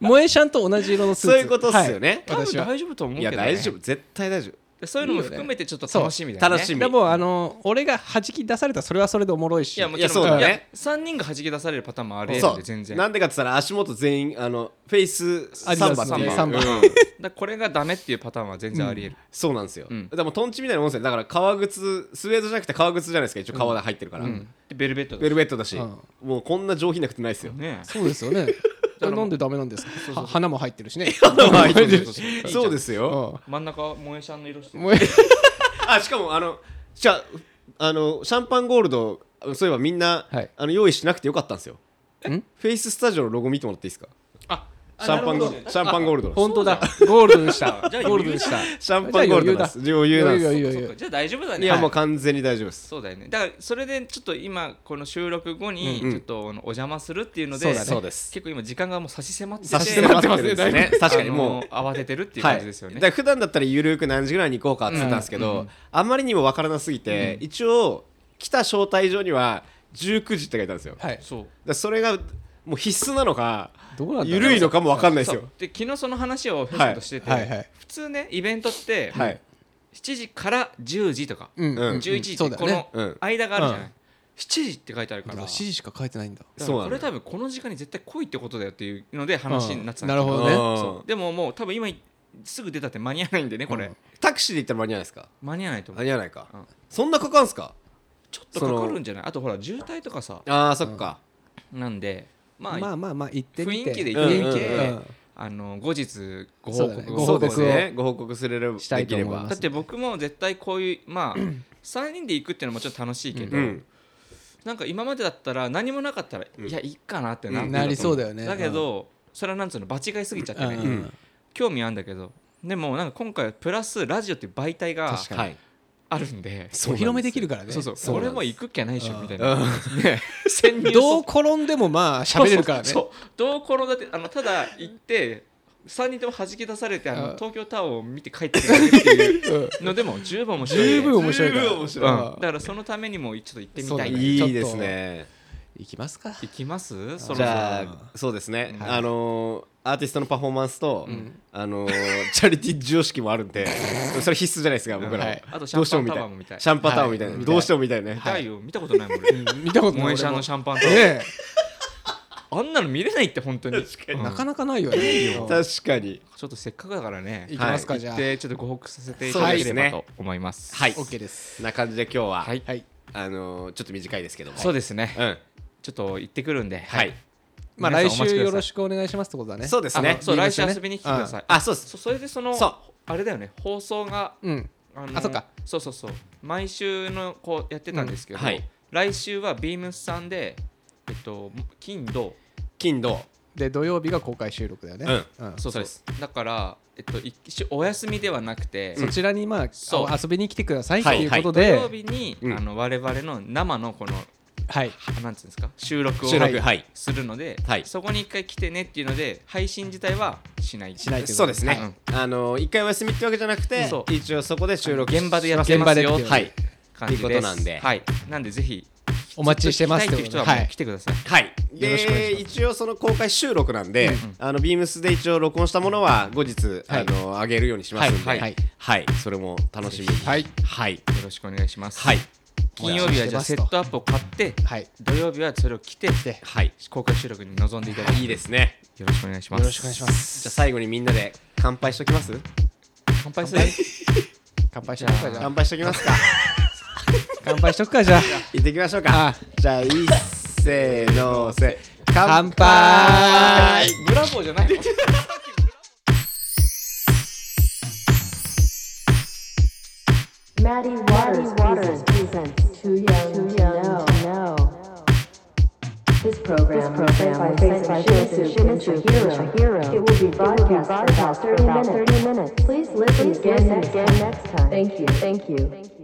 [SPEAKER 1] 萌えシャンと同じ色のスーツ
[SPEAKER 2] そういうことっすよね
[SPEAKER 1] はい
[SPEAKER 3] 多分
[SPEAKER 1] 私は
[SPEAKER 3] 大丈夫と思う
[SPEAKER 2] い
[SPEAKER 3] けど、
[SPEAKER 2] や
[SPEAKER 3] ね、
[SPEAKER 2] 大丈夫絶対大丈夫
[SPEAKER 3] 夫そういうのも含めてちょっと楽しみだよね
[SPEAKER 2] 楽しみ
[SPEAKER 1] でもあの俺が弾き出されたらそれはそれでおもろいし
[SPEAKER 3] いやも
[SPEAKER 2] い
[SPEAKER 3] ち
[SPEAKER 2] や
[SPEAKER 3] ろん
[SPEAKER 2] そうだね
[SPEAKER 3] いや3人が弾き出されるパターンもある
[SPEAKER 2] そ
[SPEAKER 3] ん
[SPEAKER 2] う
[SPEAKER 3] で全然
[SPEAKER 2] なんでかって言ったら足元全員あのフェイス
[SPEAKER 1] アディ
[SPEAKER 2] サ
[SPEAKER 1] ダ
[SPEAKER 2] ン
[SPEAKER 1] ス
[SPEAKER 2] バっていう
[SPEAKER 1] サンバ
[SPEAKER 2] うん
[SPEAKER 3] だこれがダメっていうパターンは全然ありえる、
[SPEAKER 2] そうなんですよ、
[SPEAKER 3] うん
[SPEAKER 2] でもトンチみたいなもんですよだから革靴スウェードじゃなくて革靴じゃないですか一応革で入ってるから、
[SPEAKER 3] でベルベットだ
[SPEAKER 2] ベルベットだし、
[SPEAKER 1] うん
[SPEAKER 2] もうこんな上品なくてないですよ、
[SPEAKER 3] ね
[SPEAKER 1] そうですよねじゃあなんでダメなんですかは花も入ってるしね
[SPEAKER 2] はいそう
[SPEAKER 1] る
[SPEAKER 2] です <laughs> そうですよ、
[SPEAKER 1] うん
[SPEAKER 3] 真ん中は萌えシャンの色してる
[SPEAKER 1] 萌え
[SPEAKER 2] あしかもあのじゃああのシャンパンゴールドそういえばみんな、
[SPEAKER 1] はい
[SPEAKER 2] あの用意しなくてよかったんですよ
[SPEAKER 1] ん
[SPEAKER 2] フェイススタジオのロゴ見てもらっていいですか
[SPEAKER 3] あ
[SPEAKER 2] シャンパンゴールドシャンパンゴールドです
[SPEAKER 1] 本当だゴールドでしたゴールドでした
[SPEAKER 2] シャンパンゴールドなんです
[SPEAKER 1] じゃあ
[SPEAKER 2] 余裕なんです
[SPEAKER 1] 余裕余裕
[SPEAKER 3] そっかじゃあ大丈夫だね
[SPEAKER 2] いやもう完全に大丈夫です
[SPEAKER 3] そうだよねだからそれでちょっと今この収録後に
[SPEAKER 2] うんうん
[SPEAKER 3] ちょっとあのお邪魔するっていうので、
[SPEAKER 2] そうだねそうです
[SPEAKER 3] 結構今時間がもう差し迫ってて
[SPEAKER 2] 差し迫ってますね
[SPEAKER 3] <laughs> あの
[SPEAKER 2] だいぶ確かにもう
[SPEAKER 3] 慌ててるっていう感じですよ
[SPEAKER 2] は
[SPEAKER 3] ね、
[SPEAKER 2] い、だから普段だったらゆるく何時ぐらいに行こうかって言ったんですけど、あまりにも分からなすぎて、一応来た招待状には19時って書いてあるんですよ、だか
[SPEAKER 1] はい
[SPEAKER 3] そう
[SPEAKER 2] らそれがもう必須なのか
[SPEAKER 1] どうなんだろう
[SPEAKER 2] ゆるいのかも分かんないです
[SPEAKER 3] そ
[SPEAKER 2] よ
[SPEAKER 3] うで昨日その話をフェスとしてて、
[SPEAKER 1] はいはいはい
[SPEAKER 3] 普通ねイベントって、
[SPEAKER 2] はい
[SPEAKER 3] 7時から10時とか、
[SPEAKER 1] うん
[SPEAKER 2] うん
[SPEAKER 3] 11時っ
[SPEAKER 1] そう
[SPEAKER 3] て
[SPEAKER 1] だ
[SPEAKER 3] こ
[SPEAKER 1] よね
[SPEAKER 2] うん
[SPEAKER 3] の間があるじゃない、
[SPEAKER 1] うん
[SPEAKER 3] 7時って書いてあるか
[SPEAKER 1] だか
[SPEAKER 3] ら
[SPEAKER 1] ら指示しか書いてないんだ
[SPEAKER 3] だか
[SPEAKER 2] そう
[SPEAKER 3] ら
[SPEAKER 2] なの
[SPEAKER 3] これ
[SPEAKER 2] よ
[SPEAKER 3] 多分この時間に絶対来いってことだよっていうので話になって
[SPEAKER 1] う
[SPEAKER 3] たんですけ
[SPEAKER 1] んなるほどね
[SPEAKER 2] うん
[SPEAKER 3] でももう多分今すぐ出たって間に合わないんでねこれ、
[SPEAKER 1] うん
[SPEAKER 2] タクシーで行ったら間に合わないですか
[SPEAKER 3] 間に合わないと思
[SPEAKER 2] 間
[SPEAKER 3] う
[SPEAKER 2] に合わないか、
[SPEAKER 3] うん
[SPEAKER 2] そんなかかんすか
[SPEAKER 3] ちょっとかかるんじゃないあとほら渋滞とかさ
[SPEAKER 2] あーそっか、
[SPEAKER 3] なんでまあ、
[SPEAKER 1] まあまあまあ行ってみて
[SPEAKER 3] 雰囲気で
[SPEAKER 2] 行ってみて
[SPEAKER 1] うんうんうん
[SPEAKER 3] あの後日ご
[SPEAKER 1] そ
[SPEAKER 3] 報
[SPEAKER 1] うだね
[SPEAKER 3] 告
[SPEAKER 1] ご
[SPEAKER 2] そ
[SPEAKER 1] 報告
[SPEAKER 2] うで
[SPEAKER 1] を
[SPEAKER 2] すねご報告すれれば
[SPEAKER 1] したいと
[SPEAKER 2] でき
[SPEAKER 1] 思
[SPEAKER 2] れ
[SPEAKER 1] います
[SPEAKER 2] ば
[SPEAKER 3] だって僕も絶対こういうま
[SPEAKER 1] <clears throat>
[SPEAKER 3] あ3人で行くっていうのもちょっと楽しいけど、
[SPEAKER 2] うん
[SPEAKER 3] なんか今までだったら何もなかったら、いやいいかなってな,、
[SPEAKER 1] うんなりそうだよね
[SPEAKER 3] だけど、それはなんつうの場違いすぎちゃってね、
[SPEAKER 1] うんうん
[SPEAKER 3] 興味あるんだけどでもなんか今回はプラスラジオっていう媒体が
[SPEAKER 1] 確かに
[SPEAKER 2] はい
[SPEAKER 3] あるんで
[SPEAKER 1] お披露目できるからね
[SPEAKER 3] そうそう
[SPEAKER 2] そうなん
[SPEAKER 3] 俺
[SPEAKER 2] です
[SPEAKER 3] も行くっきゃないっしょみたい
[SPEAKER 2] うん
[SPEAKER 3] な、ね、潜入
[SPEAKER 1] どう転んでもまあ喋れるからね
[SPEAKER 3] そうそうそうどう転んだってあのただ行って3人とも弾き出されてあの
[SPEAKER 1] うん
[SPEAKER 3] 東京タワーを見て帰ってくるっていう
[SPEAKER 1] うん
[SPEAKER 3] のでも十分面白いね
[SPEAKER 1] 十分面白いから
[SPEAKER 2] 十分面白
[SPEAKER 3] うん
[SPEAKER 1] うん
[SPEAKER 3] だからそのためにもちょっと行ってみ
[SPEAKER 1] そう
[SPEAKER 3] た
[SPEAKER 1] だ
[SPEAKER 3] い、
[SPEAKER 1] ね
[SPEAKER 2] いいですね
[SPEAKER 1] 行きますか
[SPEAKER 3] 行きますそろそろ
[SPEAKER 2] じゃあそうですね、
[SPEAKER 1] はい
[SPEAKER 2] あのーアーティストのパフォーマンスと、あのーチャリティー授与式もあるんでそれ必須じゃないですか僕ら、
[SPEAKER 1] はい
[SPEAKER 3] あとシ
[SPEAKER 2] どうして
[SPEAKER 3] ャ
[SPEAKER 2] も
[SPEAKER 3] ンパ
[SPEAKER 2] 見
[SPEAKER 3] ンタ
[SPEAKER 2] た
[SPEAKER 3] ワー
[SPEAKER 2] い
[SPEAKER 3] も見たい
[SPEAKER 2] シャンパンタワーみたいな、
[SPEAKER 1] はい
[SPEAKER 2] どうしても見たいね、
[SPEAKER 3] 見たいよ見たことないもん俺
[SPEAKER 1] 見たことない
[SPEAKER 3] 萌えシャンのシャンパンタワ
[SPEAKER 1] ね
[SPEAKER 3] ー
[SPEAKER 1] え
[SPEAKER 3] あんなの見れないって本当に
[SPEAKER 2] 確かに
[SPEAKER 1] なかなかないよね。
[SPEAKER 2] 確かに
[SPEAKER 3] ちょっとせっかくだからね
[SPEAKER 1] いきますか、じゃあ。
[SPEAKER 3] でちょっとご報告させていただければと思います
[SPEAKER 2] はい
[SPEAKER 1] OK です。
[SPEAKER 2] な感じで今日は、
[SPEAKER 3] はい
[SPEAKER 1] はい。
[SPEAKER 2] あのーちょっと短いですけども
[SPEAKER 3] そうですね
[SPEAKER 2] うん
[SPEAKER 3] ちょっと行ってくるんで
[SPEAKER 2] は、
[SPEAKER 3] はい
[SPEAKER 1] まあ
[SPEAKER 3] 皆
[SPEAKER 1] 来
[SPEAKER 3] さんお
[SPEAKER 1] 週
[SPEAKER 3] 待ちください
[SPEAKER 1] よろしくお願いしますってことだね。
[SPEAKER 2] そうです
[SPEAKER 3] あ
[SPEAKER 2] ね
[SPEAKER 3] のそう
[SPEAKER 1] 言いま
[SPEAKER 3] 来
[SPEAKER 1] し
[SPEAKER 3] 週
[SPEAKER 1] たね
[SPEAKER 3] 遊びに来てください
[SPEAKER 2] あそうです
[SPEAKER 3] そそれでその
[SPEAKER 2] そう
[SPEAKER 3] あれだよね放送が
[SPEAKER 1] うん。
[SPEAKER 3] あ
[SPEAKER 1] あそっか
[SPEAKER 3] そうそうそう毎週のこうやってたんですけど、
[SPEAKER 2] うんはい
[SPEAKER 3] 来週はビームスさんでえっと金土
[SPEAKER 2] 金土
[SPEAKER 1] で、土曜日が公開収録だよね。うん
[SPEAKER 3] そうそうですだからえっと一週お休みではなくて、
[SPEAKER 1] そちらにまあ
[SPEAKER 3] そう
[SPEAKER 1] あ遊びに来てくださいっ
[SPEAKER 2] は
[SPEAKER 1] て
[SPEAKER 2] い
[SPEAKER 1] いうこと
[SPEAKER 3] 土
[SPEAKER 1] で
[SPEAKER 3] 曜、日に、
[SPEAKER 2] うん
[SPEAKER 3] あの我々の生のこの
[SPEAKER 1] はい。
[SPEAKER 3] なんつうんですか収録を
[SPEAKER 2] 収録はい、
[SPEAKER 3] するので、
[SPEAKER 2] はい
[SPEAKER 3] そこに一回来てねっていうので配信自体はしない
[SPEAKER 1] しないとい
[SPEAKER 2] そうですね、
[SPEAKER 3] はい
[SPEAKER 2] あのー一回お休みってわけじゃなくて
[SPEAKER 3] そ、う
[SPEAKER 2] 一応そこで収録
[SPEAKER 3] 現場でやって
[SPEAKER 1] 現場
[SPEAKER 3] ま
[SPEAKER 1] で
[SPEAKER 3] す
[SPEAKER 1] って
[SPEAKER 3] よ
[SPEAKER 1] いう
[SPEAKER 3] って
[SPEAKER 2] はい
[SPEAKER 3] 感じ
[SPEAKER 2] という
[SPEAKER 3] で
[SPEAKER 2] こ
[SPEAKER 3] す
[SPEAKER 2] となんで
[SPEAKER 3] はい、なんでぜひ
[SPEAKER 1] お待ちしてますっ
[SPEAKER 3] っ
[SPEAKER 1] てて
[SPEAKER 3] いう
[SPEAKER 1] こ
[SPEAKER 3] 人
[SPEAKER 1] と
[SPEAKER 3] は
[SPEAKER 1] で。は
[SPEAKER 3] もう
[SPEAKER 1] い
[SPEAKER 3] 来。てください、
[SPEAKER 2] はい
[SPEAKER 1] よろしくお願いしま
[SPEAKER 2] で
[SPEAKER 1] す
[SPEAKER 2] 一応その公開収録なんで、あのビームスで一応録音したものは後日、
[SPEAKER 1] はい
[SPEAKER 2] あの上げるようにしますんでは
[SPEAKER 1] はいい、はい
[SPEAKER 2] それも楽しみに
[SPEAKER 1] はい
[SPEAKER 2] はい、
[SPEAKER 3] よろしくお願いします、
[SPEAKER 2] はい
[SPEAKER 3] 金曜日はじゃあセットアップを買って
[SPEAKER 1] はい。
[SPEAKER 3] 土曜日はそれを着て
[SPEAKER 1] で、
[SPEAKER 2] はい
[SPEAKER 3] 公開収録に臨んでいただき
[SPEAKER 2] いいですね
[SPEAKER 3] よろしくお願いします
[SPEAKER 1] よろしくお願いします。
[SPEAKER 2] じゃあ最後にみんなで乾杯しときます
[SPEAKER 3] 乾杯する
[SPEAKER 1] 乾杯しとくかじゃ
[SPEAKER 2] 乾
[SPEAKER 1] あ。
[SPEAKER 2] 杯しときま
[SPEAKER 1] <laughs>
[SPEAKER 2] すか
[SPEAKER 1] 乾杯しとくかじゃあ。
[SPEAKER 2] 行ってきましょうかじゃあいっせーのせ乾
[SPEAKER 1] 乾杯
[SPEAKER 2] ブラボーじゃない
[SPEAKER 4] Maddie Waters, Waters presents Too Young, Too Young, No, No. This program, this program was sent by Shinsu, Shinsu Hero. Hero. It will be broadcast for about 30 minutes. Please listen again, next, time. Thank you. Thank you.